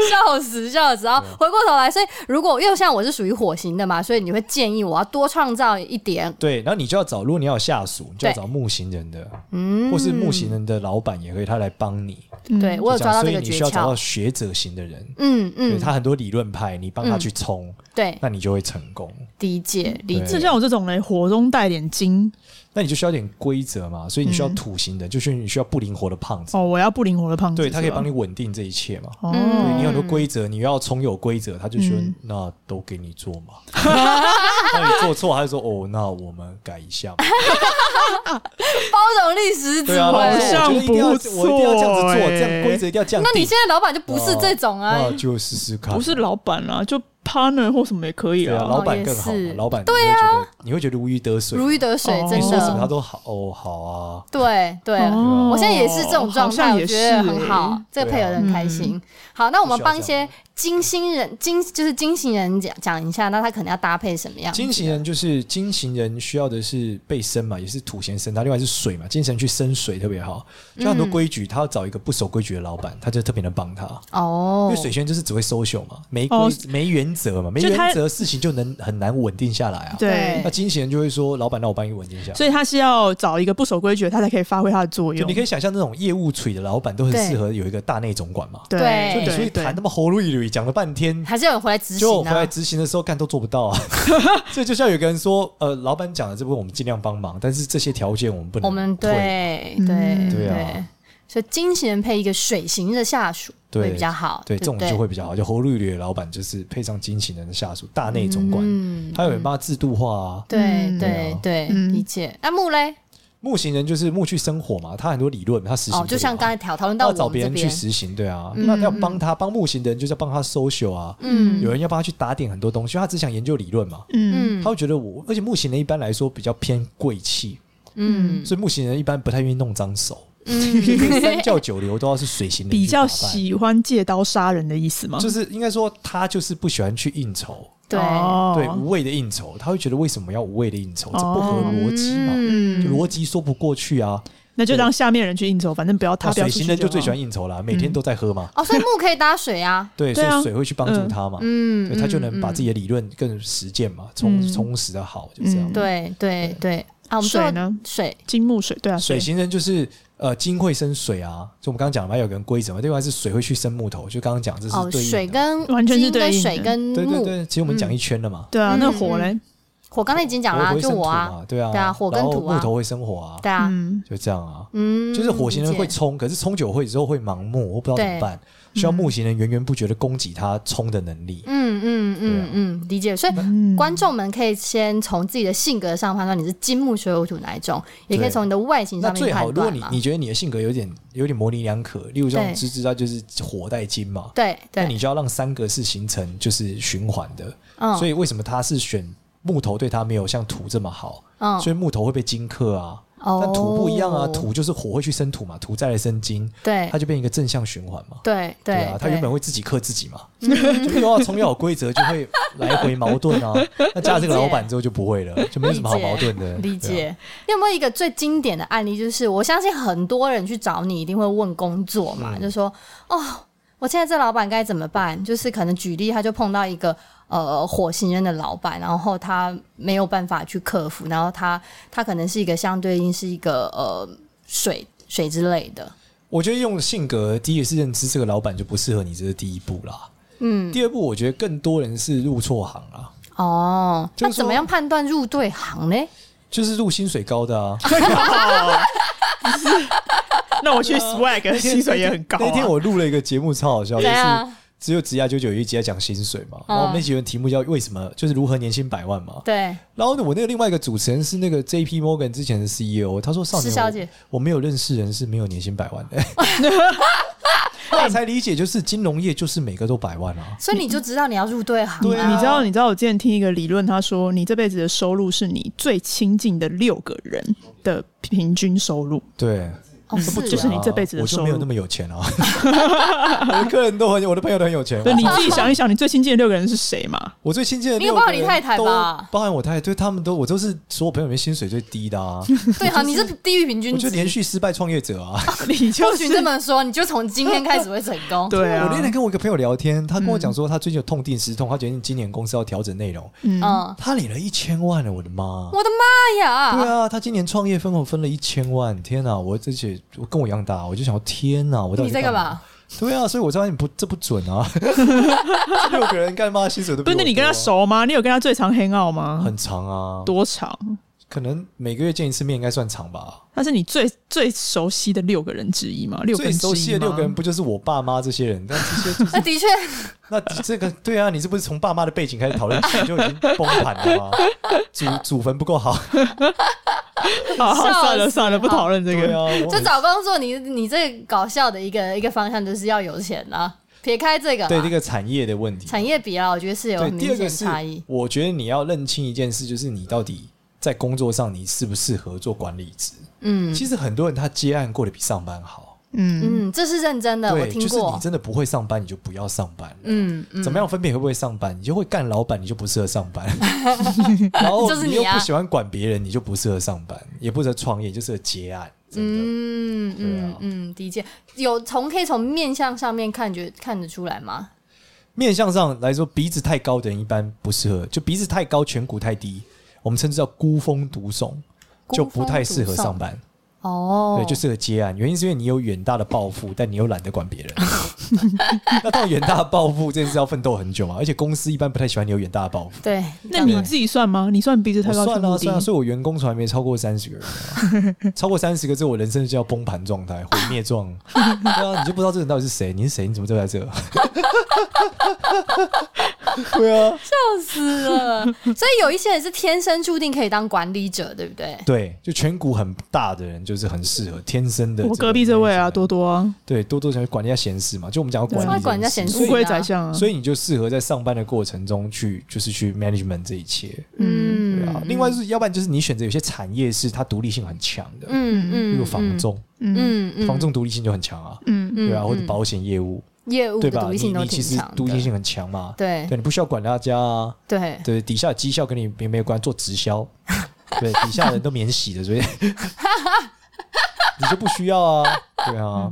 Speaker 2: 笑死笑死！然
Speaker 3: 啊
Speaker 2: 后回过头来，所以如果因为像我是属于火型的嘛，所以你会建议我要多创造一点，
Speaker 3: 对，然后你就要找，如果你要有下属，你就要
Speaker 2: 对
Speaker 3: 找木行人的，
Speaker 2: 嗯，
Speaker 3: 或是木行人的老板也可以，他来帮你。
Speaker 1: 嗯
Speaker 2: 对我有
Speaker 3: 就这
Speaker 2: 抓
Speaker 3: 样
Speaker 2: 到
Speaker 3: 所
Speaker 2: 这
Speaker 3: 以
Speaker 2: 个
Speaker 3: 你
Speaker 2: 诀
Speaker 3: 需要找到
Speaker 2: 窍，
Speaker 3: 学者型的人，
Speaker 2: 嗯
Speaker 3: 对
Speaker 2: 嗯，
Speaker 3: 他很多理论派，你帮他
Speaker 1: 嗯
Speaker 3: 去冲，
Speaker 2: 对，
Speaker 3: 那你就会成功。
Speaker 2: 理解理
Speaker 3: 对
Speaker 1: 就
Speaker 2: 解，
Speaker 1: 像我这种嘞，火中带点金
Speaker 3: 那你就需要一点规则嘛，所以你需要
Speaker 1: 嗯
Speaker 3: 土型人，就是你需要不灵活的胖子，
Speaker 1: 哦，我要不灵活的胖子，
Speaker 3: 对他可以帮
Speaker 1: 你
Speaker 3: 你稳定这一切嘛。
Speaker 2: 嗯
Speaker 3: 对
Speaker 1: 哦，
Speaker 3: 你有很多规则，你要从有规则，他就说、
Speaker 1: 嗯
Speaker 3: 那都给你做嘛。那你做错，他就说哦，那我们改一下嘛。
Speaker 2: 包容力十足
Speaker 3: 对啊，
Speaker 1: 好
Speaker 3: 我
Speaker 2: 哎、
Speaker 1: 像
Speaker 3: 觉得一定要我一
Speaker 1: 不
Speaker 3: 定要这样子做，
Speaker 1: 错欸
Speaker 3: 这样规则一定要这样定。
Speaker 2: 那你现在老板就不是这种啊，
Speaker 3: 那就试试看，
Speaker 1: 不是老板啦，就 partner 或什么也可以
Speaker 3: 对啊，
Speaker 1: 啦。
Speaker 3: 老板更好
Speaker 2: 哦也
Speaker 3: 嘛，
Speaker 2: 是
Speaker 3: 老板对啊，你会觉得如鱼得水，
Speaker 2: 如鱼得水，
Speaker 1: 哦
Speaker 2: 真
Speaker 3: 你
Speaker 1: 得
Speaker 3: 说什么他
Speaker 2: 的，
Speaker 3: 都好哦，好啊。
Speaker 2: 对对。
Speaker 1: 哦
Speaker 2: 我现在也是这种状
Speaker 1: 好像
Speaker 2: 态，我
Speaker 1: 也是
Speaker 2: 觉得很好
Speaker 1: 欸，
Speaker 2: 这个配合的很开心。
Speaker 3: 啊
Speaker 2: 好，那我们帮一些金星人、金就是金星人讲讲一下，那他可能要搭配什么样？
Speaker 3: 金型人就是金型人需要的是被生嘛，也是土先生，他另外是水嘛，金型人去生水特别好，就很多规矩，他要找一个不守规矩的老板，他就特别能帮他。因
Speaker 2: 哦
Speaker 3: 为，水仙就是只会 social 嘛，没规、
Speaker 1: 嗯哦
Speaker 3: 没原则嘛，没
Speaker 1: 就他
Speaker 3: 原则事情就能很难稳定下来啊。
Speaker 1: 对
Speaker 3: 那，金钱就会说，老板让我帮你稳定下来。
Speaker 1: 所以他是要找一个不守规矩的，他才可以发挥他的作
Speaker 3: 就
Speaker 1: 用
Speaker 3: 你可。以想象那种业务处理的老板都很
Speaker 2: 对
Speaker 3: 适合有一个大内总管嘛，
Speaker 2: 对
Speaker 1: 对，
Speaker 3: 所以谈
Speaker 1: 对
Speaker 3: 那么喉咙一捋讲了半天，
Speaker 2: 还是有人回来执
Speaker 3: 就
Speaker 2: 行
Speaker 3: 回来
Speaker 2: 啊？
Speaker 3: 执行的时候干都做不到 啊。所以就像有个人说，呃，老板讲的这部分我们尽量帮忙，但是这些条件我们不能
Speaker 2: 我们
Speaker 3: 退
Speaker 2: 对
Speaker 1: 嗯
Speaker 2: 对
Speaker 3: 对啊
Speaker 2: 所以金型人配一个水型的下属
Speaker 3: 对
Speaker 2: 会比较好，
Speaker 3: 对
Speaker 2: 不
Speaker 3: 这种就会比较好。就喉咙一捋的老板就是配上金钱人的下属大内总管，
Speaker 2: 嗯
Speaker 3: 他有人帮他制度化啊。
Speaker 2: 对
Speaker 1: 嗯
Speaker 2: 对对，
Speaker 1: 嗯
Speaker 2: 理解。那木嘞？
Speaker 3: 木行人就是木去生火嘛，他很多理论，他实行
Speaker 2: 哦，
Speaker 3: 不
Speaker 2: 就像
Speaker 3: 了
Speaker 2: 刚才讨讨论到
Speaker 3: 要
Speaker 2: 我
Speaker 3: 啊找
Speaker 2: 们
Speaker 3: 别
Speaker 2: 这
Speaker 3: 人去
Speaker 2: 边，
Speaker 3: 实行，对啊，
Speaker 1: 嗯
Speaker 3: 那要帮他帮木行的人就是要帮他 social 啊，
Speaker 2: 嗯
Speaker 3: 有人要帮他去打点很多东西，因为他只想研究理论嘛，
Speaker 1: 嗯，
Speaker 2: 嗯
Speaker 3: 他会觉得我，而且木行人一般来说比较偏贵气，
Speaker 2: 嗯
Speaker 3: 所以木行人一般不太愿意弄脏手，
Speaker 2: 嗯，
Speaker 3: 三教九流都要是水行人去
Speaker 1: 比较
Speaker 3: 打扮
Speaker 1: 喜欢借刀杀人的意思吗？
Speaker 3: 就是应该说他就是不喜欢去应酬，
Speaker 2: 对，
Speaker 1: 哦
Speaker 3: 对无谓的应酬，他会觉得为什么要无谓的应酬，这不合逻辑嘛，
Speaker 1: 嗯
Speaker 3: 就逻辑说不过去啊。
Speaker 1: 那就让下面人去应酬，反正不要他
Speaker 3: 那
Speaker 1: 不要
Speaker 3: 哦水
Speaker 1: 出去
Speaker 3: 行人就最喜
Speaker 1: 好嗯
Speaker 3: 欢应酬啦，每天都在喝嘛，
Speaker 2: 哦，所以木可以搭水啊，
Speaker 3: 对，所
Speaker 1: 对啊
Speaker 3: 以水会去帮助他嘛，
Speaker 2: 嗯，
Speaker 3: 对，他就
Speaker 2: 嗯
Speaker 3: 能把自
Speaker 2: 嗯
Speaker 3: 己的理论更实践嘛，充
Speaker 1: 嗯
Speaker 3: 充实的好，就这样
Speaker 1: 嗯。
Speaker 2: 对对对啊，我们
Speaker 1: 水
Speaker 2: 说
Speaker 1: 呢
Speaker 2: 水，
Speaker 1: 金木水对啊，
Speaker 3: 水行人就是呃金会生水啊，就我们刚刚讲的嘛，有个人规则嘛，另外是水会去生木头，就刚刚讲这
Speaker 2: 哦
Speaker 3: 是，对应的
Speaker 2: 水跟
Speaker 1: 完全是
Speaker 2: 金
Speaker 1: 对
Speaker 2: 跟
Speaker 1: 应
Speaker 2: 水
Speaker 1: 的
Speaker 2: 跟
Speaker 3: 对对
Speaker 2: 木，
Speaker 3: 对，其实我们
Speaker 2: 嗯
Speaker 3: 讲一圈了嘛，
Speaker 1: 对啊，那
Speaker 2: 嗯
Speaker 1: 火嘞，
Speaker 2: 火刚才已经讲啦，
Speaker 3: 火会
Speaker 2: 就
Speaker 3: 生土
Speaker 2: 我啊，
Speaker 3: 嘛，对啊，
Speaker 2: 对啊火跟
Speaker 3: 然后
Speaker 2: 土啊
Speaker 3: 木头会生火啊，
Speaker 2: 对啊，
Speaker 1: 嗯，
Speaker 3: 就这样啊。
Speaker 2: 嗯，
Speaker 3: 就是火型人会
Speaker 2: 理解
Speaker 3: 冲，可是冲久会之后会盲目，我不知道怎么办，需要木型人源源不绝的供给他冲的能力。
Speaker 2: 嗯嗯
Speaker 3: 对啊
Speaker 2: 嗯嗯，理解。所以
Speaker 1: 嗯
Speaker 2: 观众们可以先从自己的性格上判断你是金木水火土哪一种，也可以
Speaker 3: 对
Speaker 2: 从你的外形
Speaker 3: 那
Speaker 2: 上
Speaker 3: 最
Speaker 2: 面
Speaker 3: 好，
Speaker 2: 判
Speaker 3: 如果
Speaker 2: 断
Speaker 3: 你
Speaker 2: 嘛。
Speaker 3: 你觉得你的性格有点有点模棱两可，例如像
Speaker 2: 对
Speaker 3: 芝芝，他就是火带金嘛，
Speaker 2: 对
Speaker 3: 那
Speaker 2: 对，
Speaker 3: 你就要让三个是形成就是循环的。
Speaker 2: 嗯，
Speaker 3: 所
Speaker 2: 以
Speaker 3: 以为什么他是选木头对他没有像土这么好？
Speaker 2: 嗯，哦
Speaker 3: 所以木头会被金克啊，但土不一样啊，土就是火会去生土嘛，土再来生金，
Speaker 2: 对
Speaker 3: 它就变一个正向循环嘛。
Speaker 2: 对对
Speaker 3: 对
Speaker 2: 嗯
Speaker 3: 啊，他原本会自己克自己嘛， 就是又要从要有规则，就会来回矛 盾啊。那加了这个老板之后就不会了，就没有什么好矛盾的。
Speaker 2: 理
Speaker 3: 对啊。
Speaker 2: 解。你有没有一个最经典的案例？就是我相信很多人去找你，一定会问工作嘛，就说哦。我现在这老板该怎么办？就是可能举例，他就碰到一个呃火星人的老板，然后他没有办法去克服，然后他他可能是一个相对应是一个呃水水之类的，
Speaker 3: 我觉得用性格第一个是认知这个老板就不适合你，这是第一步啦。嗯，第二步我觉得更多人是入错行啊啦，
Speaker 2: 哦，
Speaker 3: 就
Speaker 2: 那
Speaker 3: 是说
Speaker 2: 怎么样判断入对行呢？
Speaker 3: 就是入薪水高 的啊，
Speaker 1: 那 我去 swag 薪水也很高、啊。
Speaker 3: 那天我录了一个节目，超好笑，就
Speaker 2: 怎
Speaker 3: 是
Speaker 2: 样？
Speaker 3: 只有职涯九九有一集在讲薪水嘛，然后我
Speaker 2: 哦
Speaker 3: 们那集的题目叫为什么就是如何年薪百万嘛。
Speaker 2: 对，
Speaker 3: 然后呢，我那个另外一个主持人是那个 J P Morgan 之前的 CEO，他说：“少年，
Speaker 2: 施小姐
Speaker 3: 我，我没有认识人是没有年薪百万 的。”后来才理解，就是金融业就是每个都百万啊。
Speaker 2: 所以你就知道你要入对行、哦
Speaker 3: 对啊
Speaker 1: 你知道，你知道我之前听一个理论，他说你这辈子的收入是你最亲近的六个人的平均收入，
Speaker 3: 对，
Speaker 2: 哦，是
Speaker 1: 就
Speaker 2: 啊
Speaker 1: 是你这辈子的
Speaker 3: 我就
Speaker 1: 收
Speaker 3: 没有那
Speaker 1: 入。
Speaker 3: 么有钱啊。 我的客人都很，我的朋友都很有钱。啊
Speaker 1: 对，你自己想一想，你最亲近的六个人是谁嘛？
Speaker 3: 我最亲近的
Speaker 2: 你有
Speaker 3: 六个
Speaker 2: 包含你太太
Speaker 3: 都
Speaker 2: 吧
Speaker 3: 包含我太太，对他们都，我都是所有朋友里面薪水最低的啊。
Speaker 2: 对行， 你是地域平均
Speaker 3: 我就
Speaker 2: 值。
Speaker 3: 连续失败创业者啊。
Speaker 1: 你就
Speaker 2: 或许
Speaker 1: 是
Speaker 2: 这么说，你就从今天开始会成功。
Speaker 1: 对啊
Speaker 3: 我那天跟我一个朋友聊天，他跟我
Speaker 2: 嗯
Speaker 3: 讲说，他最近有痛定思痛，他决定今年公司要调整内容。
Speaker 1: 嗯，
Speaker 2: 嗯，
Speaker 3: 他领了一千万了，我的妈！
Speaker 2: 我的妈呀！
Speaker 3: 对啊，他今年创业分红分了一千万，天哪！我这些我跟我一样大，我就想，天哪！我到底
Speaker 2: 你在干嘛？？
Speaker 3: 对啊，所以我知道你不这不准 啊，这六个人干嘛薪水都比
Speaker 1: 不
Speaker 3: 我
Speaker 1: 是那你跟他
Speaker 3: 多
Speaker 1: 熟吗？你有跟他最常 hang out 吗？
Speaker 3: 很长啊，
Speaker 1: 多长？
Speaker 3: 可能每个月见一次面应该算长吧。
Speaker 1: 他是你最最熟悉的六个人之一吗？六个
Speaker 3: 最
Speaker 1: 人
Speaker 3: 熟
Speaker 1: 之一
Speaker 3: 悉的六
Speaker 1: 吗
Speaker 3: 个人不就是我爸妈这些人？但这些就是
Speaker 2: 那的确，
Speaker 3: 那这个对啊，你是不是从爸妈的背景开始讨论 起就已经崩盘了吗？祖祖坟不够好，
Speaker 1: 好好
Speaker 2: 笑
Speaker 1: 算了
Speaker 2: 死
Speaker 1: 算了，不讨论这
Speaker 3: 对
Speaker 1: 个。
Speaker 3: 啊，我
Speaker 2: 就
Speaker 3: 很
Speaker 2: 找工作，你你这个搞笑的一个一个方向就是要有钱啊。撇开这个啦，
Speaker 3: 对这个产业的问题。
Speaker 2: 产业比啊，我觉得是有
Speaker 3: 对，
Speaker 2: 很
Speaker 3: 第
Speaker 2: 明
Speaker 3: 二
Speaker 2: 显
Speaker 3: 个
Speaker 2: 的
Speaker 3: 是
Speaker 2: 差异。，
Speaker 3: 我觉得你要认清一件事，就是你到底在工作上你适不适合做管理职。
Speaker 2: 嗯
Speaker 3: 其实很多人他接案过得比上班好，
Speaker 1: 嗯，
Speaker 2: 嗯，这是认真的，我
Speaker 3: 对，
Speaker 2: 听
Speaker 3: 就是你
Speaker 2: 过。
Speaker 3: 真的不会上班，你就不要上班。
Speaker 2: 嗯嗯，
Speaker 3: 怎么样分辨会不会上班？你就会干老板，你就不适合 上班。然后
Speaker 2: 就是你
Speaker 3: 又
Speaker 2: 啊
Speaker 3: 不喜欢管别人，你就不适合上班，也不适合创业，就适合接案。真的，
Speaker 2: 嗯
Speaker 3: 对
Speaker 2: 嗯
Speaker 3: 啊
Speaker 2: 嗯，的确有从可以从面相上面看觉看得出来吗？
Speaker 3: 面相上来说，鼻子太高的人一般不适合，就鼻子太高，颧骨太低，我们称之叫孤峰独耸，
Speaker 2: 孤
Speaker 3: 就
Speaker 2: 峰
Speaker 3: 不太适合上班。
Speaker 2: 哦，
Speaker 3: 对，就适合接案。原因是因为你有远大的抱负，但你又懒得管别人。 那到远大的抱负这件事要奋斗很久嘛，而且公司一般不太喜欢你有远大的抱负。
Speaker 2: 对。
Speaker 1: 那你自己算吗？你算鼻子
Speaker 3: 我
Speaker 1: 太高
Speaker 3: 算
Speaker 1: 颧
Speaker 3: 了、
Speaker 1: 骨
Speaker 3: 啊、
Speaker 1: 低
Speaker 3: 算了、？所以我员工从来没超过三十个人啊、 超过三十个，这我人生就叫崩盘状态、毁灭状。 对啊，你就不知道这人到底是谁，你是谁？你怎么就在这？对啊，
Speaker 2: 笑死了。 所以有一些人是天生注定可以当管理者，对不对？
Speaker 3: 对，就颧骨很大的人就是很适合，天生的。
Speaker 1: 我隔壁这位啊，多多啊，
Speaker 3: 对多多想管人家闲事嘛，就我们讲要管理
Speaker 1: 对啊
Speaker 3: 这件事，
Speaker 2: 管人家闲事
Speaker 3: 所
Speaker 1: 乌
Speaker 3: 以
Speaker 1: 龟宰相啊，
Speaker 3: 所以你就适合在上班的过程中去，就是去 management 这一切，
Speaker 1: 嗯
Speaker 3: 对
Speaker 2: 嗯
Speaker 3: 啊。另外就是，要不然就是你选择有些产业是它独立性很强的，
Speaker 2: 嗯
Speaker 3: 比
Speaker 2: 嗯
Speaker 3: 如房仲，
Speaker 1: 嗯
Speaker 2: 嗯嗯
Speaker 3: 房仲独立性就很强啊，
Speaker 1: 嗯，
Speaker 3: 对啊，
Speaker 2: 嗯
Speaker 3: 或者
Speaker 2: 嗯
Speaker 3: 保险业务，
Speaker 2: 业务
Speaker 3: 对
Speaker 2: 的
Speaker 3: 吧
Speaker 2: 独？立
Speaker 3: 你
Speaker 2: 性都
Speaker 3: 你
Speaker 2: 挺
Speaker 3: 其实
Speaker 2: 强的，
Speaker 3: 独立性很强嘛，
Speaker 2: 对
Speaker 3: 对，你不需要管大家啊，
Speaker 2: 对
Speaker 3: 对，底下的绩效跟你没没有关，做 直销，对，底下的人都免洗的，所以你就不需要啊，对
Speaker 2: 嗯
Speaker 3: 啊，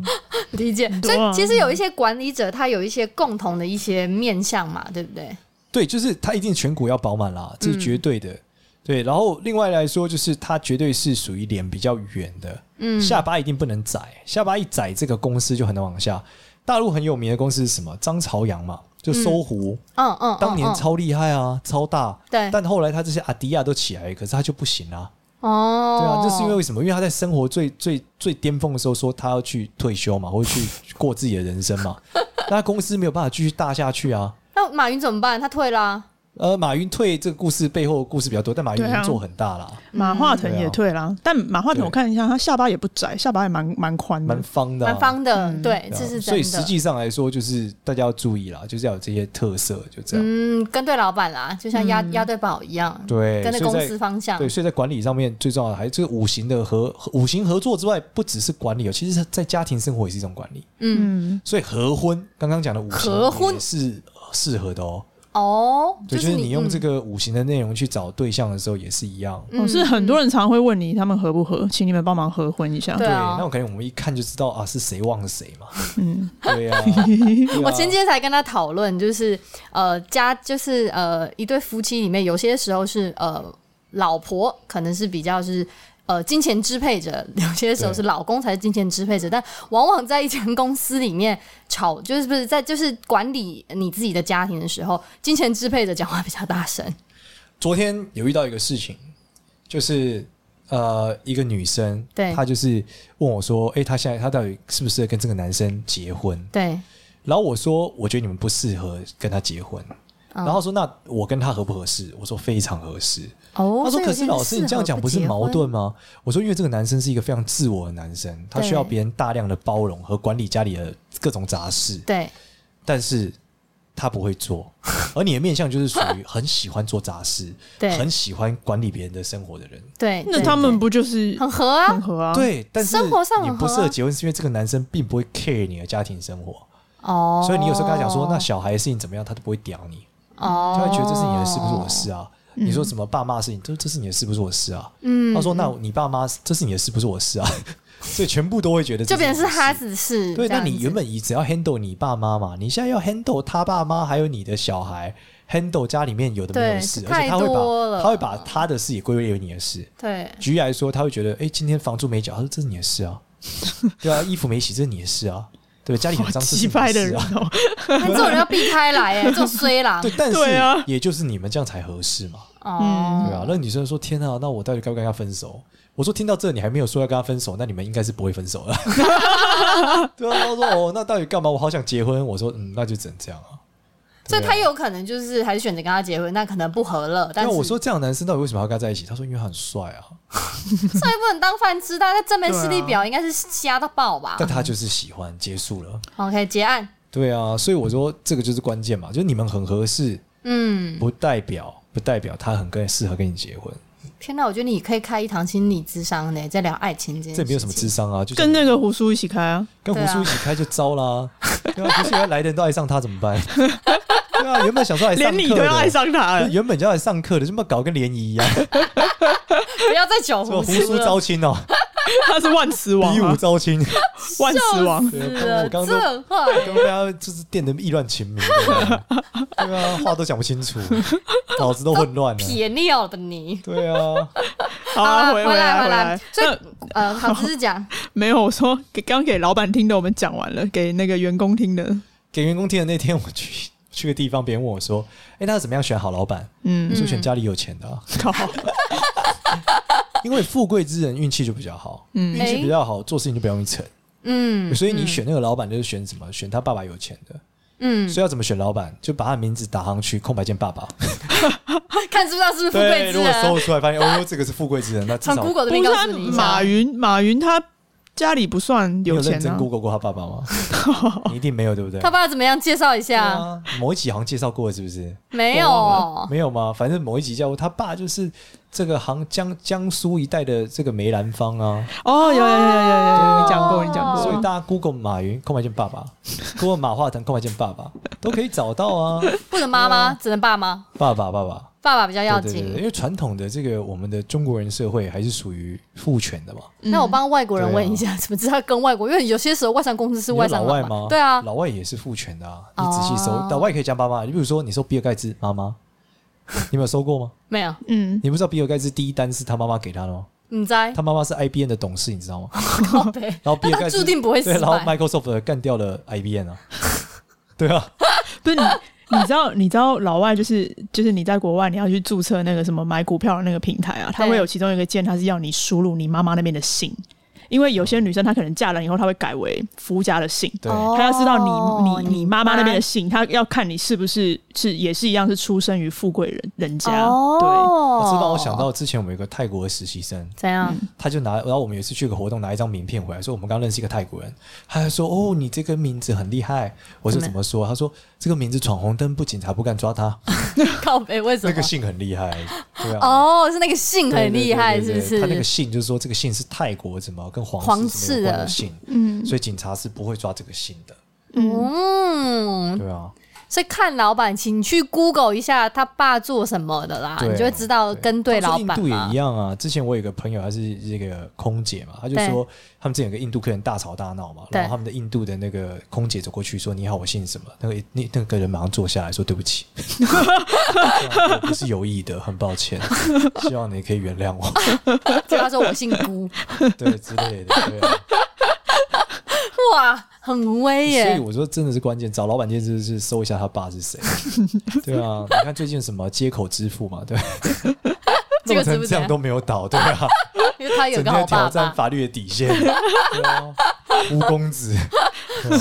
Speaker 2: 理解。
Speaker 1: 多
Speaker 2: 所
Speaker 1: 啊
Speaker 2: 以其实有一些管理者，他有一些共同的一些面向嘛，对不对？
Speaker 3: 对，就是他一定颧骨要饱满啦，这
Speaker 2: 嗯
Speaker 3: 是绝对的。对，然后另外来说，就是他绝对是属于脸比较圆的，
Speaker 2: 嗯，
Speaker 3: 下巴一定不能窄，下巴一窄，这个公司就很难往下。大陆很有名的公司是什么？张朝阳嘛，就搜狐，
Speaker 2: 嗯嗯，嗯
Speaker 3: 当年
Speaker 2: 嗯
Speaker 3: 超厉害啊，超大。
Speaker 2: 对
Speaker 3: 但后来他这些阿迪亚都起来了，可是他就不行啊。
Speaker 2: 哦，
Speaker 3: 对啊，这是因为为什么？因为他在生活最最最巅峰的时候说他要去退休嘛，或者去去过自己的人生嘛， 那他公司没有办法继续大下去啊。
Speaker 2: 那马云怎么办？他退啊啦、
Speaker 3: 呃，马云退这个故事背后的故事比较多，但马云已
Speaker 1: 对啊
Speaker 3: 经做很大啦，
Speaker 1: 马化腾
Speaker 3: 对
Speaker 1: 也
Speaker 3: 啊
Speaker 1: 退啦，但马化腾我看一下，他下巴也不窄，下巴也蛮蛮宽
Speaker 3: 蛮
Speaker 1: 的。
Speaker 3: 方的、啊，
Speaker 2: 蛮方的，
Speaker 1: 嗯
Speaker 2: 对，
Speaker 3: 对
Speaker 2: 这
Speaker 3: 啊
Speaker 2: 是真的。
Speaker 3: 所以实际上来说，就是大家要注意啦，就是要有这些特色，就这样。
Speaker 2: 嗯，跟对老板啦，就像押
Speaker 1: 嗯
Speaker 2: 押对宝一样，
Speaker 3: 对，
Speaker 2: 跟对
Speaker 3: 所以
Speaker 2: 公
Speaker 3: 在
Speaker 2: 司方向
Speaker 3: 对，。所以在管理上面最重要的还是这个五行的合五行合作之外，不只是管理哦，其实在家庭生活也是一种管理。
Speaker 2: 嗯，
Speaker 1: 嗯，
Speaker 3: 所以合婚，刚刚讲的五行
Speaker 2: 合婚
Speaker 3: 也是呃适合的哦。
Speaker 2: 哦，
Speaker 3: 对，就是你用
Speaker 2: 嗯
Speaker 3: 这个五行的内容去找对象的时候也是一样。
Speaker 1: 我、哦是很多人常会问你他们合不合，请你们帮忙合婚一下。
Speaker 2: 对啊
Speaker 3: 那我可能我们一看就知道啊是谁忘了谁嘛。
Speaker 1: 嗯，
Speaker 3: 对呀、对啊
Speaker 2: 我前几天才跟他讨论，就是呃，家就是呃，一对夫妻里面有些时候是呃，老婆可能是比较是。呃，金钱支配者有些时候是
Speaker 3: 对
Speaker 2: 老公才是金钱支配者，但往往在一间公司里面吵，就是不是在就是管理你自己的家庭的时候，金钱支配者讲话比较大声。
Speaker 3: 昨天有遇到一个事情，就是呃，一个女生，
Speaker 2: 对
Speaker 3: 她就是问我说：“诶，她现在她到底适不适合跟这个男生结婚
Speaker 2: 对，？”
Speaker 3: 然后我说：“我觉得你们不适合跟他结婚。”
Speaker 2: 嗯
Speaker 3: 然后她说：“那我跟他合不合适？”我说：“非常合适。”
Speaker 2: 哦，
Speaker 3: 他说：“
Speaker 2: 所以
Speaker 3: 可
Speaker 2: 有
Speaker 3: 是
Speaker 2: 些人
Speaker 3: 老师，
Speaker 2: 适
Speaker 3: 你这样
Speaker 2: 合
Speaker 3: 讲
Speaker 2: 不
Speaker 3: 不是
Speaker 2: 结
Speaker 3: 矛
Speaker 2: 婚
Speaker 3: 盾吗？”我说：“因为这个男生是一个非常自我的男生，他需要
Speaker 2: 对
Speaker 3: 别人大量的包容和管理家里的各种杂事，
Speaker 2: 对，
Speaker 3: 但是他不 会做。而你的面相就是属于很喜欢做杂事，
Speaker 2: 对
Speaker 3: 很喜欢管理别人的生活的人。
Speaker 2: 对，
Speaker 1: 那
Speaker 2: 对
Speaker 1: 他们
Speaker 2: 对
Speaker 1: 不就是
Speaker 2: 很合啊，
Speaker 1: 很合啊？，
Speaker 3: 对，但是
Speaker 2: 生活上
Speaker 3: 你
Speaker 2: 很
Speaker 3: 不
Speaker 2: 合
Speaker 3: 适合
Speaker 2: 啊
Speaker 3: 结婚，是因为这个男生并不会 care 你的家庭生活，
Speaker 2: 哦，
Speaker 3: 所以你有时候跟他讲说，那小孩的事情怎么样，他都不会屌你，
Speaker 2: 哦，
Speaker 3: 他会觉得这是你的事，不是我的事啊。你说什么爸妈的事情，这这是你的事，不是我的事啊。
Speaker 2: 嗯，
Speaker 3: 他说：“那你爸妈这是你的事，不是我的事啊。” 所以全部都会觉得
Speaker 2: 就
Speaker 3: 这
Speaker 2: 变成
Speaker 3: 我
Speaker 2: 是
Speaker 3: 的
Speaker 2: 他
Speaker 3: 事。
Speaker 2: 只是
Speaker 3: 对，
Speaker 2: 这样
Speaker 3: 那
Speaker 2: 子
Speaker 3: 你原本你只要 handle 你爸妈嘛，你现在要 handle 他爸妈，还有你的小孩，handle 家里面有的没有
Speaker 2: 对
Speaker 3: 的事，而
Speaker 2: 太
Speaker 3: 且他会
Speaker 2: 多
Speaker 3: 把
Speaker 2: 了
Speaker 3: 他会把他的事也归为你的事。
Speaker 2: 对
Speaker 3: 举例来说，他会觉得，哎、今天房租没缴，他说这是你的 事啊，对啊，衣服没洗这是你的事啊，对吧？家里很脏，这是
Speaker 1: 击
Speaker 3: 你的
Speaker 1: 败的
Speaker 3: 事
Speaker 1: 人
Speaker 3: 啊。
Speaker 1: 哦，
Speaker 2: 那这种人要避开 来，哎，这种衰啦
Speaker 3: 对，，但
Speaker 1: 对啊
Speaker 3: 是也就是你们这样才合适嘛，
Speaker 2: 哦，
Speaker 1: 嗯
Speaker 3: 对啊。那女生说：“天啊，那我到底该不该跟他分手？”我说：“听到这，你还没有说要跟他分手，那你们应该是不会分 手了。” 对啊，他说：“哦，那到底干嘛？我好想结婚。”我说：“嗯，那就只能这样啊。
Speaker 2: 所
Speaker 3: 对啊”
Speaker 2: 以他有可能就是还是选择跟他结婚，那可能不合了，但
Speaker 3: 那
Speaker 2: 是
Speaker 3: 我说这样的男生到底为什么要跟他在一起？他说：“因为他很帅啊。”
Speaker 2: 这也不能当饭吃，他在正面势力表应该是瞎到爆吧
Speaker 1: 啊
Speaker 3: 但他就是喜欢，结束了。
Speaker 2: ？OK，结案，
Speaker 3: 对啊，所以我说这个就是关键嘛，就是你们很合适，
Speaker 2: 嗯，
Speaker 3: 不代表不代表他很跟适合跟你结婚，
Speaker 1: 嗯
Speaker 2: 天哪，我觉得你可以开一堂心理智商呢，在聊爱情这件事
Speaker 3: 这
Speaker 2: 情，
Speaker 3: 没有什么智商啊，就
Speaker 1: 跟
Speaker 3: 是
Speaker 1: 那个胡叔一起开啊。
Speaker 3: 跟
Speaker 2: 对啊
Speaker 3: 胡叔一起开就糟啦，对啊，不是原来的人都爱上他怎么 办？对啊，原本想说来上
Speaker 1: 连
Speaker 3: 课
Speaker 1: 你
Speaker 3: 的，
Speaker 1: 都要爱上他
Speaker 3: 对，
Speaker 1: 了。
Speaker 3: 原本就要来上课的，这么搞跟联谊一样，
Speaker 2: 不要再酒
Speaker 3: 什么
Speaker 2: 胡
Speaker 3: 胡叔
Speaker 2: 了
Speaker 3: 招，亲哦，
Speaker 1: 他是万磁王、
Speaker 3: 比武
Speaker 1: 啊，
Speaker 3: 招亲，
Speaker 1: 万磁王。
Speaker 3: 对
Speaker 2: 是的，
Speaker 3: 啊我刚刚都
Speaker 2: 这话
Speaker 3: 刚被他就是电得意乱情迷，对啊对啊，话都讲不清楚，脑子都混乱了，
Speaker 2: 撇尿了吧你？
Speaker 3: 对啊，
Speaker 1: 好啊，
Speaker 2: 好
Speaker 1: 回
Speaker 2: 回来
Speaker 1: 来
Speaker 2: 回来
Speaker 1: 来。
Speaker 2: 所以
Speaker 1: 那
Speaker 2: 呃，好，只是 讲，
Speaker 1: 没有，我说给刚给老板听的，我们讲完了，给那个员工听的，
Speaker 3: 给员工听的那天，我去去个地方，别人问我说：“哎，那怎么样选好老板？”
Speaker 1: 嗯
Speaker 3: 我，说：“选家里有钱的、啊，
Speaker 1: 靠，
Speaker 3: 因为富贵之人运气就比较好，
Speaker 1: 嗯
Speaker 3: 运气比较好，做事情就比较容易成。
Speaker 2: 嗯，
Speaker 3: 所以你选那个老板就是选什么？选他爸爸有钱的。
Speaker 2: 嗯，
Speaker 3: 所以要怎么选老板？就把他的名字打上去，空白键爸爸。
Speaker 2: 看知不知道是不 是富贵
Speaker 3: 对，
Speaker 2: 之
Speaker 3: 如果
Speaker 2: 人。
Speaker 3: 搜出来发现哦，这个是富贵之人，那至
Speaker 2: 从
Speaker 3: 少
Speaker 2: Google 这
Speaker 1: 不是
Speaker 2: 边告
Speaker 1: 他
Speaker 2: 诉你一
Speaker 3: 啊
Speaker 2: 下
Speaker 1: 马。云，马云他家里不算
Speaker 3: 你有
Speaker 1: 有
Speaker 3: 认
Speaker 1: 钱
Speaker 3: 真
Speaker 1: 啊，
Speaker 3: Google 过他爸爸 吗？你一定没有，对不对？
Speaker 2: 他爸怎么样？介绍一
Speaker 3: 对
Speaker 2: 下。
Speaker 3: 啊，某一集好像介绍过了，是不是？
Speaker 2: 没有
Speaker 3: 我忘了
Speaker 2: 哦，
Speaker 3: 没有吗？反正某一集叫他爸就是这个杭江江苏一带的这个梅兰芳啊，
Speaker 1: 哦，有有有有有有，你讲过，
Speaker 2: 哦
Speaker 1: 你讲
Speaker 3: 所以
Speaker 1: 过，
Speaker 3: 大家 Google 马云空白键爸爸，Google 马化腾空白键爸爸都可以找到 啊，
Speaker 2: 不能妈妈，只能爸妈，
Speaker 3: 爸爸爸爸，
Speaker 2: 爸爸比较要
Speaker 3: 对对对，
Speaker 2: 紧。
Speaker 3: 因为传统的这个我们的中国人社会还是属于父权的嘛，
Speaker 2: 那我帮外国人问一下，怎么知道跟外国？因为有些时候外商公司是
Speaker 3: 啊你
Speaker 2: 外
Speaker 3: 有
Speaker 2: 商
Speaker 3: 老
Speaker 2: 老
Speaker 3: 外
Speaker 2: 板
Speaker 3: 吗？
Speaker 2: 对啊，
Speaker 3: 老外也是父权的啊，你
Speaker 2: 哦
Speaker 3: 仔细搜，老外可以加妈妈，你比如说你搜比尔盖茨妈妈，你有没有 搜过吗？
Speaker 2: 没有，
Speaker 1: 嗯，
Speaker 3: 你不知道比尔盖茨第一单是他妈妈给他的吗？
Speaker 2: 你在
Speaker 3: 他妈妈是 IBM 的董事，你知道吗？
Speaker 2: 靠北，
Speaker 3: 然后比
Speaker 2: 那
Speaker 3: 尔
Speaker 2: 他
Speaker 3: 盖茨
Speaker 2: 注定不会
Speaker 3: 对，
Speaker 2: 失
Speaker 3: 然后
Speaker 2: 败。
Speaker 3: Microsoft 干掉了 IBM 啊， 对啊，
Speaker 1: 不是你。你知道，你知道老外就是就是你在国外你要去注册那个什么买股票的那个平台啊，它
Speaker 2: 对
Speaker 1: 会有其中一个键，它是要你输入你妈妈那边的姓，因为有些女生她可能嫁人以后，她会改为夫家的姓，
Speaker 3: 对。
Speaker 2: 哦
Speaker 1: 他要知道
Speaker 2: 哦
Speaker 1: 你
Speaker 2: 你
Speaker 1: 你你妈妈那边
Speaker 2: 妈
Speaker 1: 的姓，他要看你是不是是也是一样是出生于富贵人人家。
Speaker 2: 哦，
Speaker 3: 这让我想到之嗯前我们有一个泰国的实习生，
Speaker 2: 怎样？
Speaker 3: 他就拿，然后我们有一次去个活动拿一张名片回来，说我们刚认识一个泰国人，他还说哦你这个名字很厉害，我说
Speaker 2: 怎么
Speaker 3: 怎么说？他说这个名字闯红灯不警察不敢抓他，
Speaker 2: 靠北为什
Speaker 3: 那
Speaker 2: 么
Speaker 3: 个？姓很厉害，对啊，
Speaker 2: 哦，是那个姓
Speaker 3: 对
Speaker 2: 很
Speaker 3: 对对
Speaker 2: 厉害，
Speaker 3: 对
Speaker 2: 是
Speaker 3: 对
Speaker 2: 不
Speaker 3: 他那个
Speaker 2: 是？
Speaker 3: 姓就是说这个姓是泰国怎么跟皇
Speaker 2: 皇
Speaker 3: 室
Speaker 2: 室
Speaker 3: 是没有关
Speaker 2: 的
Speaker 3: 的姓，
Speaker 1: 对，嗯
Speaker 3: 所以警察是不会抓这个姓的，
Speaker 1: 嗯，
Speaker 2: 嗯，
Speaker 3: 对啊，
Speaker 2: 所以看老板，请去 Google 一下他爸做什么的啦，
Speaker 3: 对
Speaker 2: 你就会知道跟对老
Speaker 3: 印
Speaker 2: 板
Speaker 3: 度也
Speaker 2: 嘛
Speaker 3: 一。样啊。之前我有个朋友，他是这个空姐嘛，他就说他们之前有个印度客人大吵大闹嘛，
Speaker 2: 对
Speaker 3: 然后他们的印度的那个空姐走过去说：“你好，我姓什么？”那个那那个人马上坐下来说：“对不 起，我不是有意的，很抱歉，希望你可以原谅我。”
Speaker 2: 就他说我姓辜，
Speaker 3: 对之类的，对啊、
Speaker 2: 哇，很无威
Speaker 3: 所以
Speaker 2: 耶。
Speaker 3: 我说真的是关键，找老板就是就是搜一下他爸 是谁，对啊，你看最近什么接口支付嘛，对，
Speaker 2: 这
Speaker 3: 弄
Speaker 2: 个是
Speaker 3: 成
Speaker 2: 不是
Speaker 3: 这样都没有倒，对啊，
Speaker 2: 因为他有
Speaker 3: 整
Speaker 2: 哎个好
Speaker 3: 天挑
Speaker 2: 爸
Speaker 3: 战
Speaker 2: 爸，
Speaker 3: 法律的 底线，对啊，吴公子，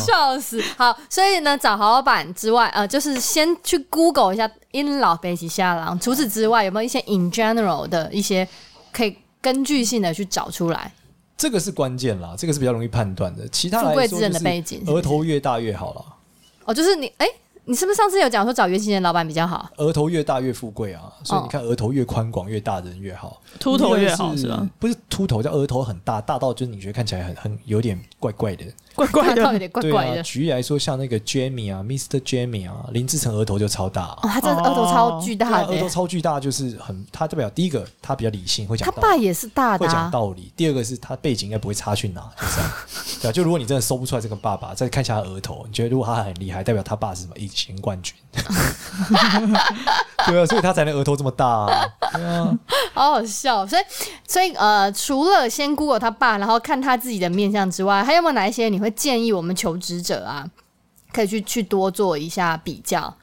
Speaker 2: 笑死。好，所以呢，找好老板之外，呃，就是先去 Google 一下因老北极下郎。除此之外，有没有一些 in general 的一些可以根据性的去找出来？
Speaker 3: 这个是关键啦，这个是比较容易判断的，其他
Speaker 2: 富
Speaker 3: 来
Speaker 2: 贵
Speaker 3: 说
Speaker 2: 之人的
Speaker 3: 就是
Speaker 2: 背景是不
Speaker 3: 额头越大越好啦，
Speaker 2: 哦，就是你，哎、你是不是上次有讲说找原型人老板比较好？
Speaker 3: 额头越大越富贵啊，
Speaker 2: 哦
Speaker 3: 所以你看额头越宽广越大的人越好，
Speaker 1: 秃头越好
Speaker 3: 第
Speaker 1: 是
Speaker 3: 二
Speaker 1: 吧？？
Speaker 3: 不是秃头，叫额头很大，大到就是你觉得看起来很很有点怪怪的。
Speaker 1: 怪怪
Speaker 2: 他倒有
Speaker 1: 的，
Speaker 2: 点怪
Speaker 3: 对
Speaker 2: 怪
Speaker 3: 啊、
Speaker 2: 的。
Speaker 3: 举例来说，像那个 Jamie 啊，Mr. Jamie 啊，林志成额头就超大、啊，
Speaker 2: 哦，他真的额头超巨
Speaker 3: 对啊
Speaker 2: 大的
Speaker 3: 额
Speaker 2: 耶、
Speaker 3: 头超巨大，就是很他代表第一个他比较理性，会讲
Speaker 2: 他
Speaker 3: 道
Speaker 2: 爸
Speaker 3: 理。
Speaker 2: 也是大的、
Speaker 3: 会讲
Speaker 2: 啊，
Speaker 3: 道理。第二个是他背景应该不会差去 哪，就这样。对啊，就如果你真的搜不出来这个爸爸，再看一下他额头，你觉得如果他很厉害，代表他爸是什么以前冠 军？对啊，所以他才能额头这么大、啊。对啊，
Speaker 2: 好好笑。所以，所以呃，除了先 Google 他爸，然后看他自己的面相之外，还有没有哪一些你会建议我们求职者啊，可以去去多做一下比较？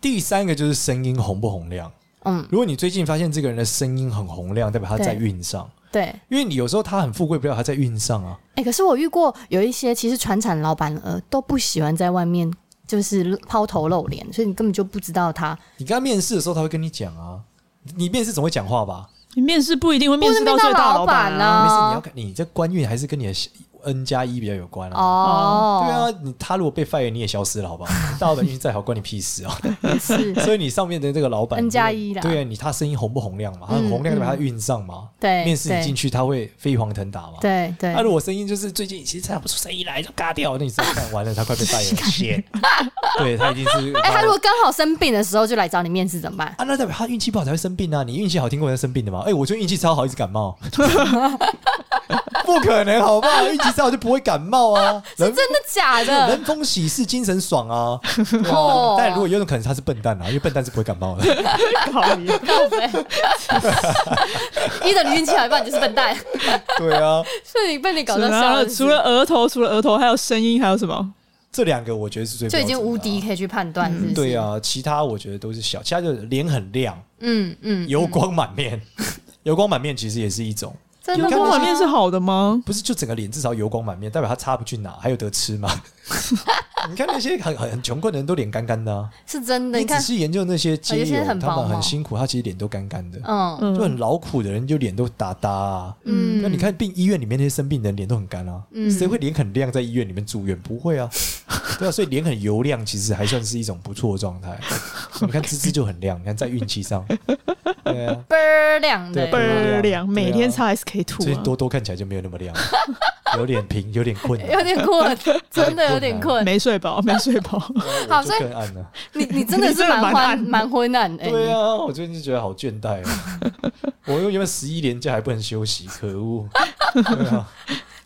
Speaker 3: 第三个就是声音洪不洪亮。
Speaker 2: 嗯，
Speaker 3: 如果你最近发现这个人的声音很洪亮，代表他在
Speaker 2: 对
Speaker 3: 运上。
Speaker 2: 对。哎、
Speaker 3: 因为你有时候他很富贵，不了他在运上啊。
Speaker 2: 可是我遇过有一些其实船产老板呃都不喜欢在外面就是抛头露脸，所以你根本就不知道他
Speaker 3: 你跟他面试的时候，他会跟你讲啊。你面试总会讲话吧？
Speaker 1: 你面试不一定会面
Speaker 2: 不是
Speaker 1: 试到
Speaker 2: 面
Speaker 1: 最
Speaker 2: 到
Speaker 1: 大
Speaker 2: 老
Speaker 1: 老板
Speaker 2: 板啊
Speaker 3: 没事，你要看你这官运还是跟你的 N 加一比较有关啊。
Speaker 2: 哦，
Speaker 3: 对啊，你他如果被 fire，你也消失了，好不好？大老板运气再好，关你屁事啊！
Speaker 2: 也是，
Speaker 3: 所以你上面的这个老板
Speaker 2: N 加一啦
Speaker 3: 对啊，你他声音洪不洪亮嘛？他很洪亮，
Speaker 2: 嗯
Speaker 3: 代表他运上嘛。
Speaker 2: 对
Speaker 3: 面试你
Speaker 2: 对
Speaker 3: 进去，他会飞黄腾达嘛？。
Speaker 2: 对对
Speaker 3: 他、哎如果声音就是最近其实唱不出声音来，就嘎掉，那你真的看完了，他快被 fire 了 shit 对他已经是
Speaker 2: 哎、他如果刚好生病的时候就来找你面试怎么 办？
Speaker 3: 啊，那代表他运气不好才会生病啊！你运气好听过人家生病的吗？哎、我觉得运气超好，一直感冒， 不可能好不好？运气超好就不会感冒 啊！人
Speaker 2: 真的假 的？
Speaker 3: 人逢喜事精神爽 啊！
Speaker 2: 哦
Speaker 3: 但如果有种可能，他是笨蛋啊，因为笨蛋是不会感冒的。
Speaker 1: 讨厌。
Speaker 2: 一等你运气好，一半你就是笨蛋，
Speaker 3: 对啊，
Speaker 2: 所以你被你搞到
Speaker 1: 然
Speaker 2: 笑
Speaker 1: 后
Speaker 2: 了。
Speaker 1: 除了额头，除了额头，还有声音，还有什么？
Speaker 3: 这两个我觉得是最
Speaker 2: 就已经
Speaker 3: 标准
Speaker 2: 无
Speaker 3: 的啊
Speaker 2: 敌，。可以去判断，是不是？
Speaker 3: 对，啊，其他我觉得都是小，其他就是脸很亮，
Speaker 2: 嗯嗯，
Speaker 3: 油光满面， 油光满面其实也是一种。
Speaker 2: 真
Speaker 3: 有
Speaker 2: 的
Speaker 3: 看
Speaker 1: 光
Speaker 3: 过
Speaker 1: 满
Speaker 2: 吗？
Speaker 1: 面是好的吗？
Speaker 3: 不是就整个脸至少油光满面，代表他差不去哪，还有得吃 吗？你看那些很很很穷困的人都脸干干的、啊，
Speaker 2: 是真的，
Speaker 3: 你
Speaker 2: 你
Speaker 3: 仔
Speaker 2: 看，
Speaker 3: 细研究那些街
Speaker 2: 有些
Speaker 3: 友，
Speaker 2: 人很
Speaker 3: 他
Speaker 2: 薄
Speaker 3: 们很
Speaker 2: 嘛
Speaker 3: 辛苦，他其实脸都干干的，
Speaker 2: 嗯
Speaker 1: 嗯，
Speaker 3: 就很劳苦的人就脸都哒哒、啊。
Speaker 2: 嗯
Speaker 3: 那你看病医院里面那些生病的人脸都很干啊，谁会脸很亮在医院里面住院？不 会啊，对啊，所以脸很油亮其实还算是一种不错的 状态。你看芝芝就很亮，你看在运气上，对啊，
Speaker 2: 倍儿亮的
Speaker 3: 对，
Speaker 1: 倍儿亮，
Speaker 3: 对啊
Speaker 1: 每天擦 SK
Speaker 2: 啊
Speaker 3: 所以
Speaker 1: two
Speaker 3: 多多看起来就没有那么亮，有点平，有点困难，
Speaker 2: 有点困，真的有点
Speaker 1: 啊，
Speaker 2: 困。
Speaker 1: 没睡 饱，没睡饱。
Speaker 3: 我
Speaker 2: 好
Speaker 3: 就
Speaker 2: 所以
Speaker 3: 更暗了。
Speaker 2: 你你真的是
Speaker 1: 你真
Speaker 2: 蛮
Speaker 1: 的蛮
Speaker 2: 昏
Speaker 1: 暗
Speaker 2: 蛮昏暗的，哎
Speaker 3: 对啊，我最近就觉得好倦怠哦， 我又原本十一连假还不能休息，可恶。对啊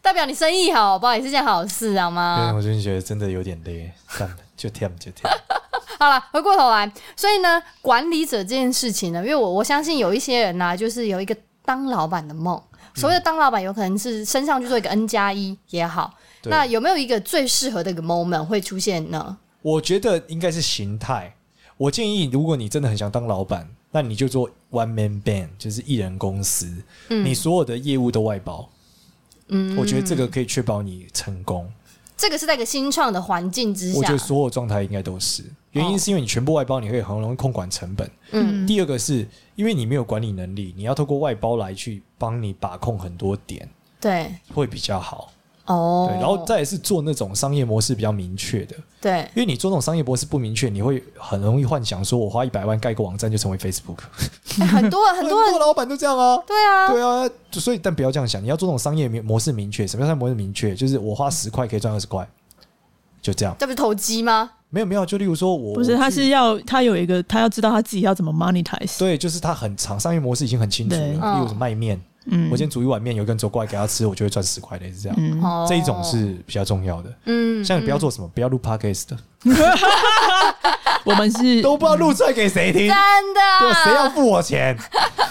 Speaker 2: 代表你生意好，不好也是件好事，好
Speaker 3: 对，
Speaker 2: 吗？
Speaker 3: 我最近觉得真的有点累，但就跳就跳。
Speaker 2: 好了，回过头来，所以呢，管理者这件事情呢，因为我我相信有一些人呐、啊就是有一个当老板的梦。所谓的当老板，有可能是升上去做一个 N 加一也好，
Speaker 3: 对
Speaker 2: 那有没有一个最适合的一个 moment 会出现呢？
Speaker 3: 我觉得应该是形态。我建议，如果你真的很想当老板，那你就做 one man band，就是一人公司，你所有的业务都外包。
Speaker 2: 嗯
Speaker 3: 我觉得这个可以确保你成功。
Speaker 2: 这个是在一个新创的环境之
Speaker 3: 我
Speaker 2: 下
Speaker 3: 觉得，所有状态应该都是，原因是因为你全部外包，你可以很容易控管成本。
Speaker 2: 嗯，
Speaker 3: 第二个是因为你没有管理能力，你要透过外包来去帮你把控很多点，
Speaker 2: 对，
Speaker 3: 会比较好。
Speaker 2: 哦
Speaker 3: 对，，然后再来是做那种商业模式比较明确的，
Speaker 2: 对，
Speaker 3: 因为你做那种商业模式不明确，你会很容易幻想说，我花一百万盖个网站就成为 Facebook，
Speaker 2: 哎很多很多人，
Speaker 3: 老板都这样啊。
Speaker 2: 对啊，
Speaker 3: 对啊，就所以但不要这样想，你要做那种商业模式明确。什么叫商业模式明确？就是我花十块可以赚二十块，就这样。
Speaker 2: 这不是投机吗？
Speaker 3: 没有没有，啊就例如说我
Speaker 1: 不是，他是要他有一个，他要知道他自己要怎么 monetize。
Speaker 3: 对，就是它很长，商业模式已经很清楚了。
Speaker 1: 对
Speaker 3: 例如是卖面，
Speaker 1: 嗯，
Speaker 3: 我今天煮一碗面，有一个人走过来给他吃，我就会赚十块类似这样。
Speaker 1: 嗯，
Speaker 2: 哦
Speaker 3: 这一种是比较重要的。
Speaker 2: 嗯
Speaker 3: 像你不要做什么，不要录 podcast 的，
Speaker 1: 嗯我们是
Speaker 3: 都不知道录出来给谁听，
Speaker 2: 真啊
Speaker 3: 对，啊谁要
Speaker 2: 的，
Speaker 3: 付我钱？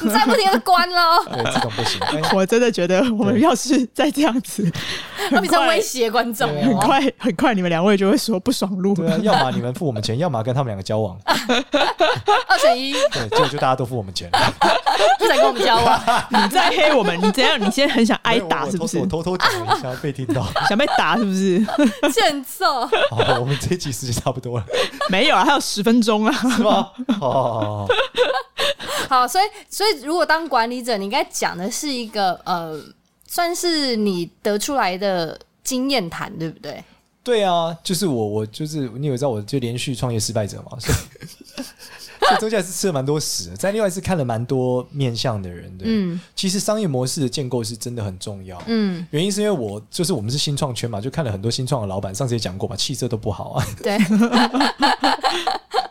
Speaker 2: 你再不停的关了 哦，
Speaker 3: 对，这种不行。哎
Speaker 1: 我真的觉得，我们
Speaker 3: 对
Speaker 1: 要是再这样子，
Speaker 2: 他
Speaker 1: 很
Speaker 2: 比较
Speaker 1: 快
Speaker 2: 威，胁观众
Speaker 3: 对
Speaker 1: 很
Speaker 2: 哦。
Speaker 1: 快，很快，你们两位就会说不爽录
Speaker 3: 对啊，要么你们付我们钱，要么跟他们两个交往。
Speaker 2: 哦二选一，
Speaker 3: 对，结果就大家都付我们钱。
Speaker 2: 不想跟我们交往，
Speaker 1: 你在黑我们，你怎样？你现在很想挨打是不是
Speaker 3: 哎我？偷偷讲一下，被听到。
Speaker 1: 想被打是不是？
Speaker 2: 欠揍。
Speaker 3: 好，我们这一集时间差不多了，
Speaker 1: 没有啊，还有十分钟啊。
Speaker 3: 是吗？哦，
Speaker 2: 好，所以所以如果当管理者，你应该讲的是一个呃，算是你得出来的经验谈，对不对？
Speaker 3: 对啊，就是我，我就是你有知道，我就连续创业失败者嘛，所以所以中间还是吃了蛮多屎的，在另外是看了蛮多面向的人的。
Speaker 2: 嗯
Speaker 3: 其实商业模式的建构是真的很重要。
Speaker 2: 嗯，
Speaker 3: 原因是因为我就是我们是新创圈嘛，就看了很多新创的老板，上次也讲过嘛，气色都不好 啊。
Speaker 2: 对，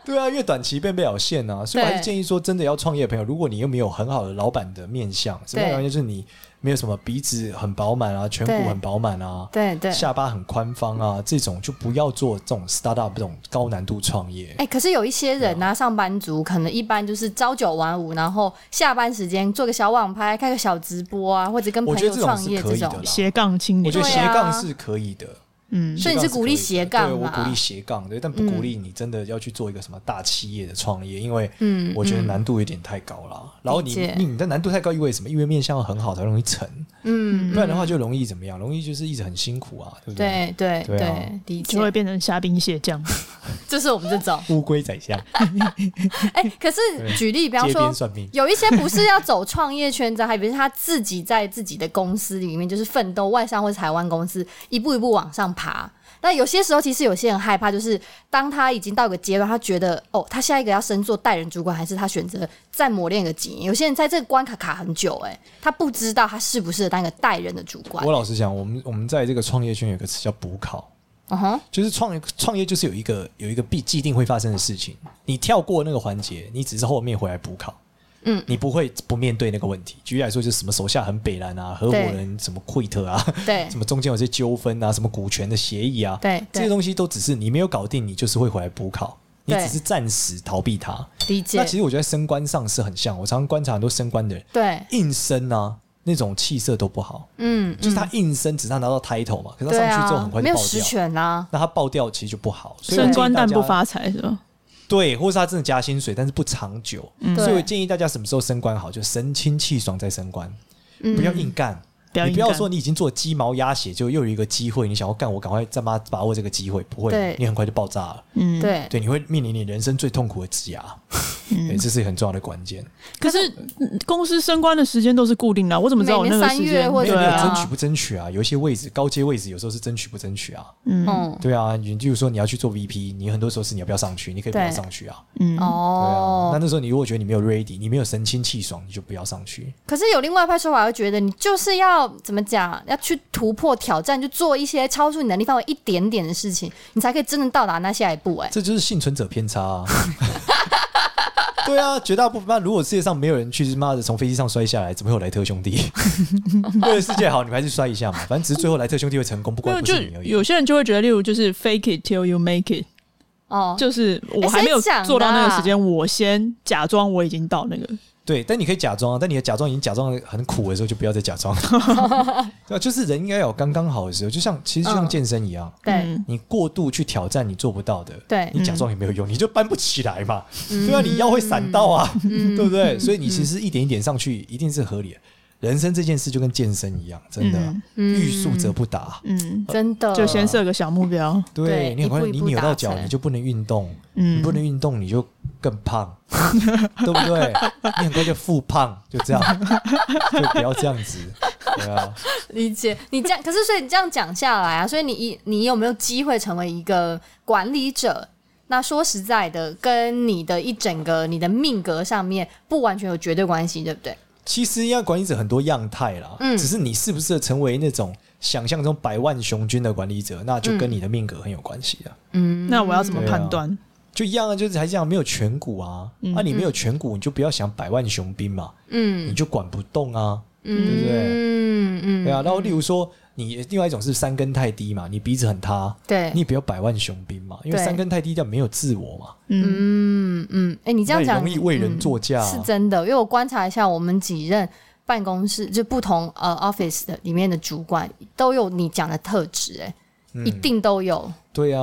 Speaker 3: 对啊，因为短期变表现啊，所以我还是建议说，真的要创业的朋友，如果你又没有很好的老板的面相，什么样的
Speaker 2: 对
Speaker 3: 面相就是你没有什么鼻子很饱满啊，颧骨
Speaker 2: 对
Speaker 3: 很饱满啊，
Speaker 2: 对对。
Speaker 3: 下巴很宽方啊，这种就不要做这种 startup 这种高难度创业。
Speaker 2: 哎、可是有一些人呢、上班族可能一般就是朝九晚五，然后下班时间做个小网拍、开个小直播啊，或者跟
Speaker 3: 我
Speaker 2: 朋
Speaker 3: 觉
Speaker 2: 友
Speaker 3: 得这种
Speaker 2: 创
Speaker 3: 是
Speaker 2: 业
Speaker 3: 可
Speaker 2: 这
Speaker 3: 以的
Speaker 2: 种。
Speaker 3: 啦，
Speaker 1: 斜杠青
Speaker 3: 我
Speaker 1: 年
Speaker 3: 觉，得
Speaker 2: 对
Speaker 3: 斜
Speaker 2: 啊
Speaker 3: 杠是可以的。
Speaker 1: 嗯，
Speaker 2: 所以你是
Speaker 3: 可
Speaker 2: 鼓励
Speaker 3: 的
Speaker 2: 斜杠
Speaker 3: 对我
Speaker 2: 啦
Speaker 3: 鼓励斜杠的，但不鼓励你真的要去做一个什么大企业的创业，因为
Speaker 2: 嗯
Speaker 3: 我觉得难度有点太高了。然后你
Speaker 2: 理解
Speaker 3: 你你的难度太高意味什么？因为面向很好才容易成，
Speaker 2: 嗯，
Speaker 3: 不然的话就容易怎么样？容易就是一直很辛苦啊，对不？
Speaker 2: 对对
Speaker 3: 对啊
Speaker 2: 理
Speaker 1: 就会
Speaker 2: 解，
Speaker 1: 变成虾兵蟹将。
Speaker 2: 就是我们这种。
Speaker 3: 乌龟宰相，
Speaker 2: 哎、可是
Speaker 3: 对
Speaker 2: 举例，比方
Speaker 3: 街
Speaker 2: 说
Speaker 3: 边，算命，
Speaker 2: 有一些不是要走创业圈子，还比如他自己在自己的公司里面就是奋斗，外商或是台湾公司一步一步往上爬。那有些时候，其实有些人害怕，就是当他已经到一个阶段，他觉得哦，他下一个要升做带人主管，还是他选择再磨练个几年？有些人在这个关卡卡很久、哎，他不知道他适不适合当一个带人的主管
Speaker 3: 我。老实讲，我们我们在这个创业圈有个词叫补考。
Speaker 2: 嗯哼，
Speaker 3: 就是创创业就是有一个有一个必既定会发生的事情，你跳过那个环节，你只是后面回来补考，
Speaker 2: 嗯，
Speaker 3: 你不会不面对那个问题。举例来说，就是什么手下很北蓝啊，合伙人什么 quit 啊，
Speaker 2: 对
Speaker 3: 什么中间有些纠纷啊，什么股权的协议啊，
Speaker 2: 对
Speaker 3: 这些
Speaker 2: 对，
Speaker 3: 东西都只是你没有搞定，你就是会回来补考，你
Speaker 2: 对
Speaker 3: 只是暂时逃避它。
Speaker 2: 理解
Speaker 3: 那其，实我觉得升官上是很像，我常常观察很多升官的人，
Speaker 2: 对，
Speaker 3: 应升啊那种气色都不好，
Speaker 2: 嗯，
Speaker 3: 就是
Speaker 2: 嗯
Speaker 3: 他应升，只是他拿到 title 嘛，可是
Speaker 2: 对
Speaker 3: 他上去之后
Speaker 2: 啊
Speaker 3: 很快，
Speaker 2: 没
Speaker 3: 就
Speaker 2: 有
Speaker 3: 爆
Speaker 2: 实
Speaker 3: 掉。
Speaker 2: 权啊，
Speaker 3: 那他爆掉其实就不好，所以我
Speaker 1: 升
Speaker 3: 建
Speaker 1: 官
Speaker 3: 议大
Speaker 1: 但
Speaker 3: 家
Speaker 1: 不发财是吧？
Speaker 3: 对，或是他真的加薪水，但是不长久，
Speaker 1: 嗯
Speaker 3: 所以我建议大家什么时候升官好，就神清气爽再升官，
Speaker 2: 嗯
Speaker 3: 不要硬干。
Speaker 1: 不要
Speaker 3: 你
Speaker 1: 硬
Speaker 3: 不要
Speaker 1: 干
Speaker 3: 说你已经做鸡毛鸭血，就又有一个机会，你想要干，我赶快再把把握这个机会，不会
Speaker 2: 对，
Speaker 3: 你很快就爆炸了。
Speaker 1: 嗯，
Speaker 2: 对，
Speaker 3: 对，你会面临你人生最痛苦的职涯，
Speaker 1: 嗯
Speaker 3: 对，这是很重要的关键。
Speaker 1: 可是嗯公司升官的时间都是固定的啊，我怎么知道我那个时
Speaker 2: 每年三
Speaker 1: 间
Speaker 2: 月？或
Speaker 3: 没
Speaker 2: 者
Speaker 3: 有
Speaker 1: 对
Speaker 3: 没有
Speaker 1: 啊，
Speaker 3: 争取不争取啊？有一些位置，高阶位置有时候是争取不争取啊。
Speaker 1: 嗯
Speaker 2: 嗯，
Speaker 3: 对啊，你就如说你要去做 VP，你很多时候是你要不要上去，你可以不要
Speaker 2: 对
Speaker 3: 上去啊。
Speaker 1: 嗯，
Speaker 3: 对啊
Speaker 2: 哦，，
Speaker 3: 那那时候你如果觉得你没有 ready，你没有神清气爽，你就不要上去。
Speaker 2: 可是有另外一派说法，会觉得你就是要怎么讲，要去突破挑战，就做一些超出你能力范围一点点的事情，你才可以真的到达那下一步、哎，
Speaker 3: 这就是幸存者偏差、啊。对啊，绝大部分那如果世界上没有人去妈的从飞机上摔下来，怎么会有莱特兄弟？为了世界好，你们还是摔一下嘛。反正只是最后莱特兄弟会成功，不
Speaker 1: 没有
Speaker 3: 过不
Speaker 1: 就是
Speaker 3: 你而已。
Speaker 1: 有些人就会觉得，例如就是 fake it till you make it，
Speaker 2: 哦，
Speaker 1: 就是我还没有
Speaker 2: 谁讲的啊
Speaker 1: 做到那个时间，我先假装我已经到那个。
Speaker 3: 对，但你可以假装啊，但你的假装已经假装得很苦的时候，就不要再假装。对啊，就是人应该有刚刚好的时候，就像其实就像
Speaker 2: 嗯
Speaker 3: 健身一样，
Speaker 2: 对、
Speaker 1: 嗯
Speaker 3: 你过度去挑战你做不到的，
Speaker 2: 对，嗯
Speaker 3: 你假装也没有用，你就搬不起来嘛。对啊，你腰会闪到啊，
Speaker 2: 嗯
Speaker 3: 对不对？所以你其实一点一点上去，一定是合理的。人生这件事就跟健身一样，真的
Speaker 1: 嗯，
Speaker 3: 欲速则不达。
Speaker 1: 嗯，
Speaker 2: 真的
Speaker 1: 就先设个小目标，
Speaker 3: 对
Speaker 2: 对
Speaker 3: 你很快，
Speaker 2: 一步
Speaker 3: 你
Speaker 2: 一步
Speaker 3: 扭到
Speaker 2: 达
Speaker 3: 脚，
Speaker 2: 成
Speaker 3: 你就不能运动，
Speaker 1: 嗯
Speaker 3: 你不能运动，你就更胖，对不对？你很快就复胖，就 这样，就不要这样子。对啊，
Speaker 2: 理解你这样，可是所以你这样讲下来啊，所以你一你有没有机会成为一个管理者？那说实在的，跟你的一整个你的命格上面不完全有绝对关系，对不对？
Speaker 3: 其实应该管理者很多样态啦，
Speaker 2: 嗯
Speaker 3: 只是你适不适合成为那种想象中百万雄军的管理者，那就跟你的命格很有关系啊。
Speaker 2: 嗯，
Speaker 1: 那我要怎么
Speaker 3: 对啊
Speaker 1: 判断？
Speaker 3: 就一样啊，就是还是这样，没有颧骨啊，
Speaker 1: 嗯
Speaker 3: 啊，你没有颧骨，你就不要想百万雄兵嘛，
Speaker 2: 嗯
Speaker 3: 你就管不动啊，
Speaker 2: 嗯
Speaker 3: 对不对
Speaker 2: 嗯嗯，
Speaker 3: 对啊。然后例如说，你另外一种是三根太低嘛，你鼻子很塌，
Speaker 2: 对，
Speaker 3: 你也不要百万雄兵嘛，因为
Speaker 2: 对
Speaker 3: 三根太低调没有自我嘛，
Speaker 1: 嗯，
Speaker 2: 嗯嗯，哎、你这样
Speaker 3: 那也
Speaker 2: 讲嗯
Speaker 3: 容易为人作嫁啊
Speaker 2: 是真的，因为我观察一下我们几任办公室就不同呃 office 的里面的主管都有你讲的特质，哎、
Speaker 3: 嗯
Speaker 2: 一定都有。
Speaker 3: 对啊，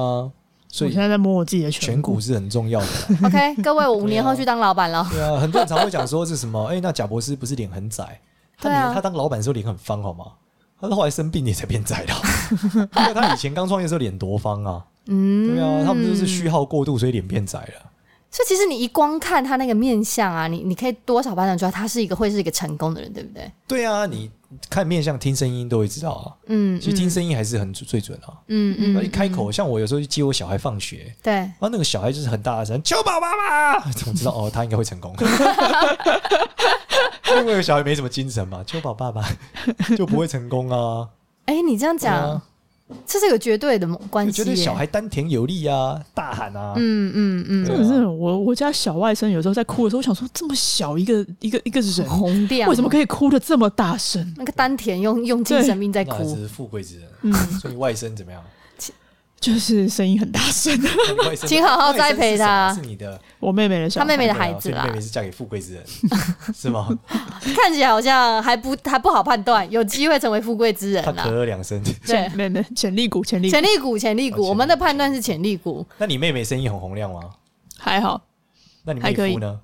Speaker 1: 我
Speaker 3: 所以
Speaker 1: 现在在摸我自己的
Speaker 3: 颧骨是很重要的。
Speaker 2: OK，各 位，我五年后去当老板了。
Speaker 3: 对啊，很多人常会讲说是什么？哎、那贾博士不是脸很窄？他
Speaker 2: 对啊
Speaker 3: 脸、他当老板的时候脸很方好吗？他后来生病也才变窄 的啊。因为他以前刚创业的时候脸多方啊，
Speaker 2: 嗯，
Speaker 3: 对啊，他们就是虚耗过度，所以脸变窄了。
Speaker 2: 所以其实你一光看他那个面相啊，你你可以多少判断出来他是一个会是一个成功的人，对不对？
Speaker 3: 对啊，你看面相、听声音都会知道啊。
Speaker 2: 嗯，
Speaker 3: 其实听声音还是很最准啊。
Speaker 2: 嗯嗯，
Speaker 3: 那、
Speaker 2: 嗯
Speaker 3: 一开口，像我有时候去接我小孩放学，
Speaker 2: 对，
Speaker 3: 然后那个小孩就是很大声“求宝妈妈”， 我知道哦，他应该会成 功。因为小孩没什么精神嘛，求宝爸爸就不会成功啊。
Speaker 2: 哎、你这样
Speaker 3: 对
Speaker 2: 讲，
Speaker 3: 啊
Speaker 2: 这是有绝对的关
Speaker 3: 我
Speaker 2: 系
Speaker 3: 觉
Speaker 2: 耶。
Speaker 3: 得小孩丹田有力啊，大喊啊，
Speaker 2: 嗯嗯嗯，
Speaker 1: 真的是我我家小外甥有时候在哭的时候，我想说这么小一个一个一个人，
Speaker 2: 红掉，
Speaker 1: 为什么可以哭的这么大声？
Speaker 2: 那个丹田用用尽
Speaker 1: 对
Speaker 2: 生命在
Speaker 3: 那
Speaker 2: 哭
Speaker 3: 只，是富贵之人。
Speaker 1: 嗯，
Speaker 3: 所以外甥怎么样？
Speaker 1: 就是声音很大声。
Speaker 3: 那你外甥
Speaker 2: 请好好栽培他
Speaker 3: 外甥是什么是你的
Speaker 1: 我妹妹的小
Speaker 2: 他
Speaker 1: 孩，
Speaker 2: 妹妹的
Speaker 3: 对啊
Speaker 2: 孩子
Speaker 3: 所以你妹
Speaker 2: 啦
Speaker 3: 妹，是嫁给富贵之人， 是吗？
Speaker 2: 看起来好像还不还不好判断，有机会成为富贵之人
Speaker 3: 他咳
Speaker 2: 啦。
Speaker 3: 了两声。
Speaker 2: 对，
Speaker 1: 妹妹潜力股，潜力股
Speaker 2: 潜力股，潜力股，
Speaker 3: 哦
Speaker 2: 我们的判断是潜力股。
Speaker 3: 那你妹妹声音很洪亮吗？
Speaker 1: 还好，
Speaker 3: 那你
Speaker 1: 还
Speaker 3: 妹
Speaker 1: 可以
Speaker 3: 夫呢？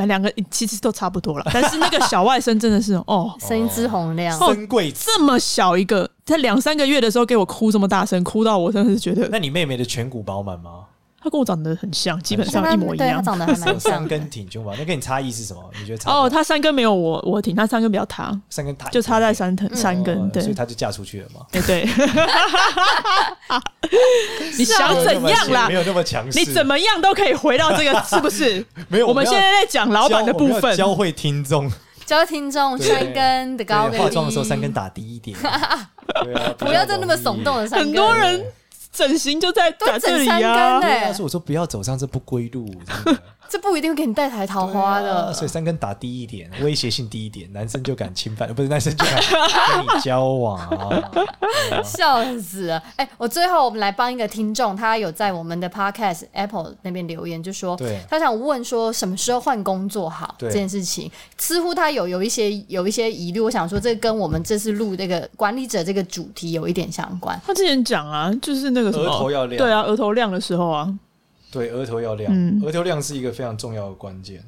Speaker 1: 那两个其实都差不多了。但是那个小外甥真的是哦，
Speaker 2: 声音之洪亮，
Speaker 1: 哦
Speaker 3: 深贵子。
Speaker 1: 这么小一个，在两三个月的时候给我哭这么大声，哭到我真的是觉得
Speaker 3: 那你妹妹的颧骨饱满吗？
Speaker 1: 她跟我长得很像，基本
Speaker 2: 跟
Speaker 1: 上
Speaker 2: 他
Speaker 1: 一模一
Speaker 2: 对他
Speaker 1: 样。
Speaker 2: 长得还蛮
Speaker 3: 有
Speaker 2: 像
Speaker 3: 三
Speaker 2: 的
Speaker 3: 根。挺胸吧？那跟你差异是什么？你觉得差
Speaker 1: 哦，
Speaker 3: 多少
Speaker 1: 她三根没有我我挺，她三根比较塌，
Speaker 3: 三根太
Speaker 1: 就差在三
Speaker 2: 嗯
Speaker 1: 根三根，
Speaker 3: 哦所以
Speaker 1: 对
Speaker 3: 她就嫁出去了嘛？
Speaker 1: 哎对。你想
Speaker 3: 没有那
Speaker 1: 怎
Speaker 3: 么
Speaker 1: 样啦
Speaker 3: 没？有那么强 势，
Speaker 1: 你怎么样都可以回到这个，是不是？
Speaker 3: 没有？
Speaker 1: 我们
Speaker 3: 要
Speaker 1: 现在在讲老板的
Speaker 3: 教我
Speaker 1: 部
Speaker 3: 们要
Speaker 1: 分，
Speaker 3: 教会听众
Speaker 2: 教听众
Speaker 3: 对
Speaker 2: 三根的高
Speaker 3: 对
Speaker 2: 跟
Speaker 3: 化妆的时候
Speaker 2: 低
Speaker 3: 三根打低一点，对啊，
Speaker 2: 不要再那么
Speaker 3: 容易
Speaker 2: 耸动。的三根。
Speaker 1: 很多人整形就在在这里呀、
Speaker 2: 都整三根
Speaker 1: 啊。
Speaker 2: 欸
Speaker 3: 对啊，所以我说不要走上这不归路，真 的
Speaker 2: 这不一定会给你带台桃花
Speaker 3: 对啊
Speaker 2: 的。
Speaker 3: 所以三根打低一点，威胁性低一点，男生就敢侵犯，不是男生就敢跟你交往啊。
Speaker 2: 笑死了！哎、我最后我们来帮一个听众，他有在我们的 podcast Apple 那边留言，就说
Speaker 3: 对
Speaker 2: 他想问说什么时候换工作好
Speaker 3: 对
Speaker 2: 这件事情，似乎他有有一些有一些疑虑。我想说，这跟我们这次录这个管理者这个主题有一点相关。
Speaker 1: 他之前讲啊，就是那个什么，
Speaker 3: 额头要亮
Speaker 1: 对啊，额头亮的时候啊，
Speaker 3: 对，额头要亮，
Speaker 1: 嗯
Speaker 3: 额头亮是一个非常重要的关键。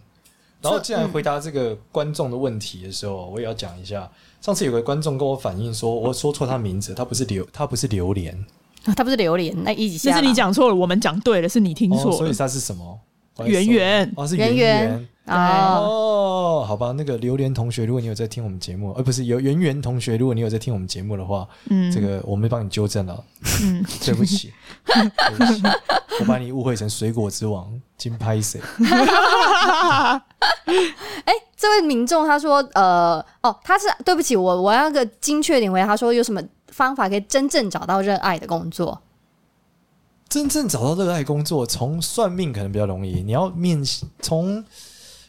Speaker 3: 然后，既然回答这个观众的问题的时候，我也要讲一下。上次有个观众跟我反映说，我说错他名字，他不是榴，他不是榴莲，
Speaker 2: 啊他不是榴莲，那一起下
Speaker 1: 那
Speaker 2: 啦
Speaker 1: 是你讲错了，我们讲对了，是你听
Speaker 3: 哦，
Speaker 1: 错
Speaker 3: 所
Speaker 1: 了
Speaker 3: 以。他是什么？我还
Speaker 1: 圆
Speaker 3: 搜
Speaker 1: 圆
Speaker 3: 哦，是
Speaker 2: 圆
Speaker 3: 圆圆
Speaker 2: 圆。
Speaker 1: 啊
Speaker 2: 哦，
Speaker 3: 哦，好吧，那个榴莲同学，如果你有在听我们节目，而、呃不是有圆圆同学，如果你有在听我们节目的话，
Speaker 1: 嗯，
Speaker 3: 这个我们帮你纠正了，
Speaker 1: 嗯，
Speaker 3: 对不起，对不起，我把你误会成水果之王金拍谁？
Speaker 2: 哎、这位民众他说，呃，哦，他是对不起，我我要个精确点回答，他说有什么方法可以真正找到热爱的工作？
Speaker 3: 真正找到热爱工作，从算命可能比较容易。你要面从，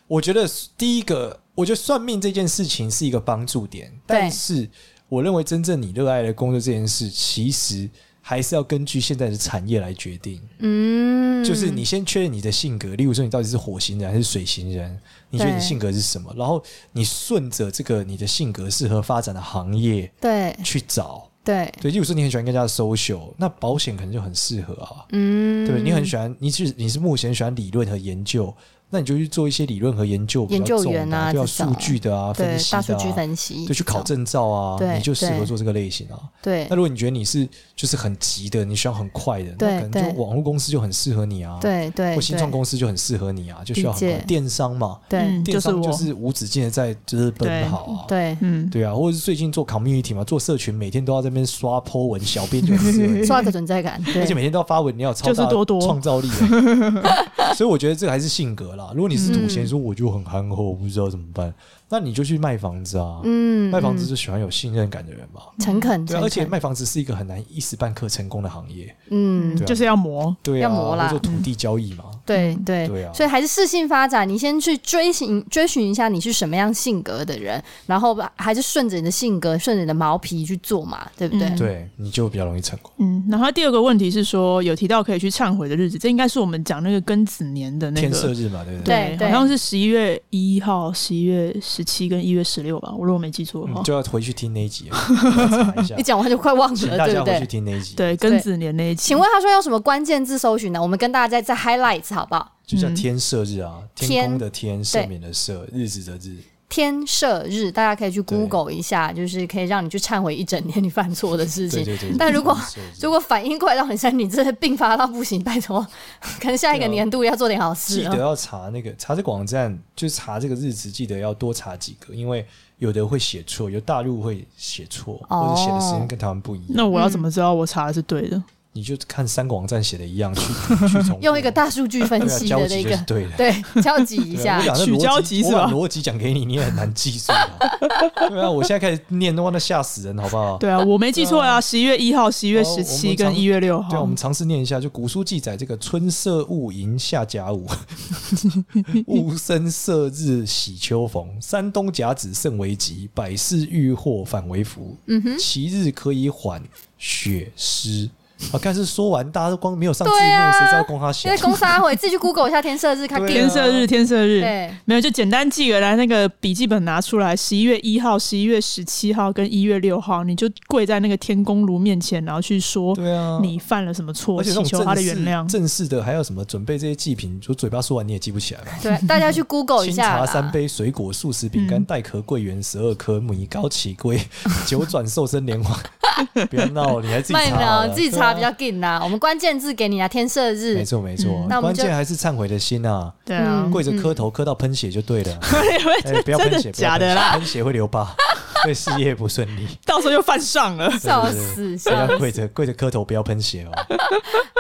Speaker 3: 我觉得第一个，我觉得算命这件事情是一个帮助点，但是我认为真正你热爱的工作这件事，其实还是要根据现在的产业来决定。
Speaker 2: 嗯，
Speaker 3: 就是你先确认你的性格，例如说你到底是火星人还是水星人，你觉得你性格是什么，然后你顺着这个你的性格适合发展的行业
Speaker 2: 对
Speaker 3: 去找。
Speaker 2: 对，
Speaker 3: 对，例如说你很喜欢跟人家 social，那保险可能就很适合啊，
Speaker 2: 嗯，
Speaker 3: 对不对？你很喜欢，你是你是目前喜欢理论和研究，那你就去做一些理论和研究比较
Speaker 2: 研究
Speaker 3: 重的
Speaker 2: 员啊
Speaker 3: 对啊，
Speaker 2: 这种
Speaker 3: 数据的啊，
Speaker 2: 对
Speaker 3: 分析的
Speaker 2: 大数据
Speaker 3: 啊，
Speaker 2: 分析，
Speaker 3: 对，去考证照啊，
Speaker 2: 对
Speaker 3: 你就适合
Speaker 2: 对
Speaker 3: 做这个类型啊。
Speaker 2: 对
Speaker 3: 那如果你觉得你是就是很急的，你需要很快的，那
Speaker 2: 对
Speaker 3: 可能就
Speaker 2: 对
Speaker 3: 网络公司就很适合你啊。
Speaker 2: 对对，
Speaker 3: 或新创公司就很适合你啊，就需要很
Speaker 2: 理
Speaker 3: 多
Speaker 2: 解
Speaker 3: 电商嘛，
Speaker 2: 对
Speaker 1: 嗯
Speaker 3: 电商就
Speaker 1: 就是
Speaker 3: 是无止境的在就是奔跑啊，
Speaker 2: 对
Speaker 1: 嗯，
Speaker 3: 对啊，或者是最近做 community 嘛，做社群，每天都要在那边刷 po 文，小编就很适合你
Speaker 2: 对， 刷个存在感，
Speaker 3: 而且
Speaker 2: 对
Speaker 3: 每天都要发文，你要有超
Speaker 1: 就是
Speaker 3: 大
Speaker 1: 多多
Speaker 3: 创造力啊，所以我觉得这个还是性格啦。如果你
Speaker 2: 嗯
Speaker 3: 是土贤说我就很憨厚，我不知道怎么办，那你就去卖房子啊。
Speaker 2: 嗯，
Speaker 3: 卖房子是喜欢有信任感的人嘛。
Speaker 2: 诚恳，
Speaker 3: 对啊，
Speaker 2: 诚
Speaker 3: 而且
Speaker 2: 恳
Speaker 3: 卖房子是一个很难一时半刻成功的行业。
Speaker 2: 嗯，
Speaker 3: 对啊
Speaker 1: 就是要磨。
Speaker 3: 对啊，
Speaker 2: 要磨啦
Speaker 3: 或者土地交易嘛。
Speaker 2: 对对
Speaker 3: 对啊
Speaker 2: 所以还是适性发展，你先去追寻追寻一下你是什么样性格的人，然后把还是顺着你的性格，顺着你的毛皮去做嘛，对不对？
Speaker 1: 嗯
Speaker 3: 对，你就比较容易成功。
Speaker 1: 嗯，然后第二个问题是说，有提到可以去忏悔的日子，这应该是我们讲那个庚子年的那
Speaker 3: 天赦
Speaker 1: 个，
Speaker 3: 日嘛，对不对？
Speaker 1: 对，
Speaker 2: 对对
Speaker 1: 好像是十一月一号、十一月十七跟一月十六吧，我如果没记错的话
Speaker 3: 嗯，就要回去听那一集 了，查一下
Speaker 2: 哦一。讲完就快忘
Speaker 3: 啊请
Speaker 2: 了，
Speaker 3: 大
Speaker 2: 对
Speaker 3: 家
Speaker 2: 不
Speaker 3: 回去
Speaker 2: 对？
Speaker 3: 听那一集，
Speaker 1: 对庚子年那一集。
Speaker 2: 请问他说用什么关键字搜寻呢？我们跟大家再再 highlight 一次好不好？
Speaker 3: 就叫
Speaker 1: 嗯
Speaker 3: 天赦日啊，天
Speaker 2: 天
Speaker 3: 空的天，赦免的赦，日子的日。
Speaker 2: 天赦日，大家可以去
Speaker 3: 对
Speaker 2: Google 一下，就是可以让你去忏悔一整年你犯错的事情。
Speaker 3: 对对对。
Speaker 2: 但如果
Speaker 3: 天赦日
Speaker 2: 如果嗯反应快到很像你真的病发到不行，拜托， 可能下一个
Speaker 3: 对啊
Speaker 2: 年度要做点好事
Speaker 3: 记
Speaker 2: 哦
Speaker 3: 得要查那个查这个网站，就是查这个日子，记得要多查几个，因为有的会写错，有大陆会写错，
Speaker 2: 哦
Speaker 3: 或者写的时间跟台湾不一样。
Speaker 1: 那我要怎么知道我查的是对的？
Speaker 3: 你就看三个网站写的 一样，去去重复
Speaker 2: 用一个大数据分
Speaker 3: 对啊
Speaker 2: 析
Speaker 3: 交
Speaker 2: 的
Speaker 3: 集
Speaker 2: 那
Speaker 3: 就是
Speaker 2: 个，
Speaker 3: 对的。
Speaker 2: 对，交集一
Speaker 3: 对啊
Speaker 2: 下
Speaker 3: 我。讲那
Speaker 1: 取
Speaker 3: 逻
Speaker 1: 交
Speaker 3: 辑
Speaker 1: 集
Speaker 3: 我
Speaker 1: 是吧
Speaker 3: 把逻辑讲给你，你也很难记住 啊。对啊，我现在开始念的话，那吓死人，好不好？
Speaker 1: 对啊，我没记错啊，十一月一号、十一月
Speaker 3: 嗯哦
Speaker 1: 十
Speaker 3: 我
Speaker 1: 七
Speaker 3: 们常
Speaker 1: 跟一月六
Speaker 3: 对啊，我
Speaker 1: 号
Speaker 3: 们。尝试念一下，就古书记载这个春色勿迎夏 甲午，勿生色日喜秋逢，山东甲子甚为吉，百事欲祸反为福。
Speaker 2: 嗯哼，
Speaker 3: 其日可以缓雪诗。啊，刚才是说完，大家都光没有上字幕，
Speaker 2: 对啊
Speaker 3: 谁知道光他写
Speaker 2: 因为？公司阿回自己去 Google 一下天赦日，看
Speaker 3: 对啊
Speaker 1: 天赦日，天赦日，
Speaker 2: 对，
Speaker 1: 没有就简单记个来，那个笔记本拿出来，十一月一号、十一月十七号跟一月六号，你就跪在那个天公炉面前，然后去说
Speaker 3: 对啊，
Speaker 1: 你犯了什么错，
Speaker 3: 而且
Speaker 1: 祈
Speaker 3: 这种
Speaker 1: 求他
Speaker 3: 正
Speaker 1: 的原谅
Speaker 3: 式。正式的，还有什么准备这些祭品，就嘴巴说完你也记不起来嘛？
Speaker 2: 对，大家去 Google 哦一
Speaker 3: 清
Speaker 2: 下
Speaker 3: 茶
Speaker 2: 啦。
Speaker 3: 三杯水果素食饼干
Speaker 1: 嗯
Speaker 3: 带壳桂圆十二颗米糕起龟九转瘦身莲花，不要闹，你还自己
Speaker 2: 卖
Speaker 3: 查
Speaker 2: 不
Speaker 3: 好
Speaker 2: 了，
Speaker 3: 了，
Speaker 2: 自己查比
Speaker 3: 对啊
Speaker 2: 较紧啦。我们关键字给你啊，天赦日
Speaker 3: 没。错没错
Speaker 1: 嗯，
Speaker 2: 那我
Speaker 3: 关
Speaker 2: 们就
Speaker 3: 键还是忏悔的心啊，
Speaker 1: 对啊
Speaker 2: 嗯，
Speaker 3: 跪着磕头磕到喷血就对 了，哎不要
Speaker 1: 真
Speaker 3: 喷
Speaker 1: 的
Speaker 3: 血，不要
Speaker 1: 假的
Speaker 3: 喷血
Speaker 1: 啦？
Speaker 3: 喷血会留疤，对事业不顺 利。
Speaker 1: 到时候又犯上了。
Speaker 2: 笑
Speaker 3: 对对
Speaker 2: 死，
Speaker 3: 不
Speaker 2: 笑
Speaker 3: 要
Speaker 2: 死！
Speaker 3: 跪着跪着磕头，不要喷血哦。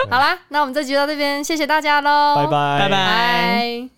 Speaker 2: 好啦，那我们这集就到这边，谢谢大家喽，
Speaker 3: 拜拜，
Speaker 1: 拜拜
Speaker 2: 拜。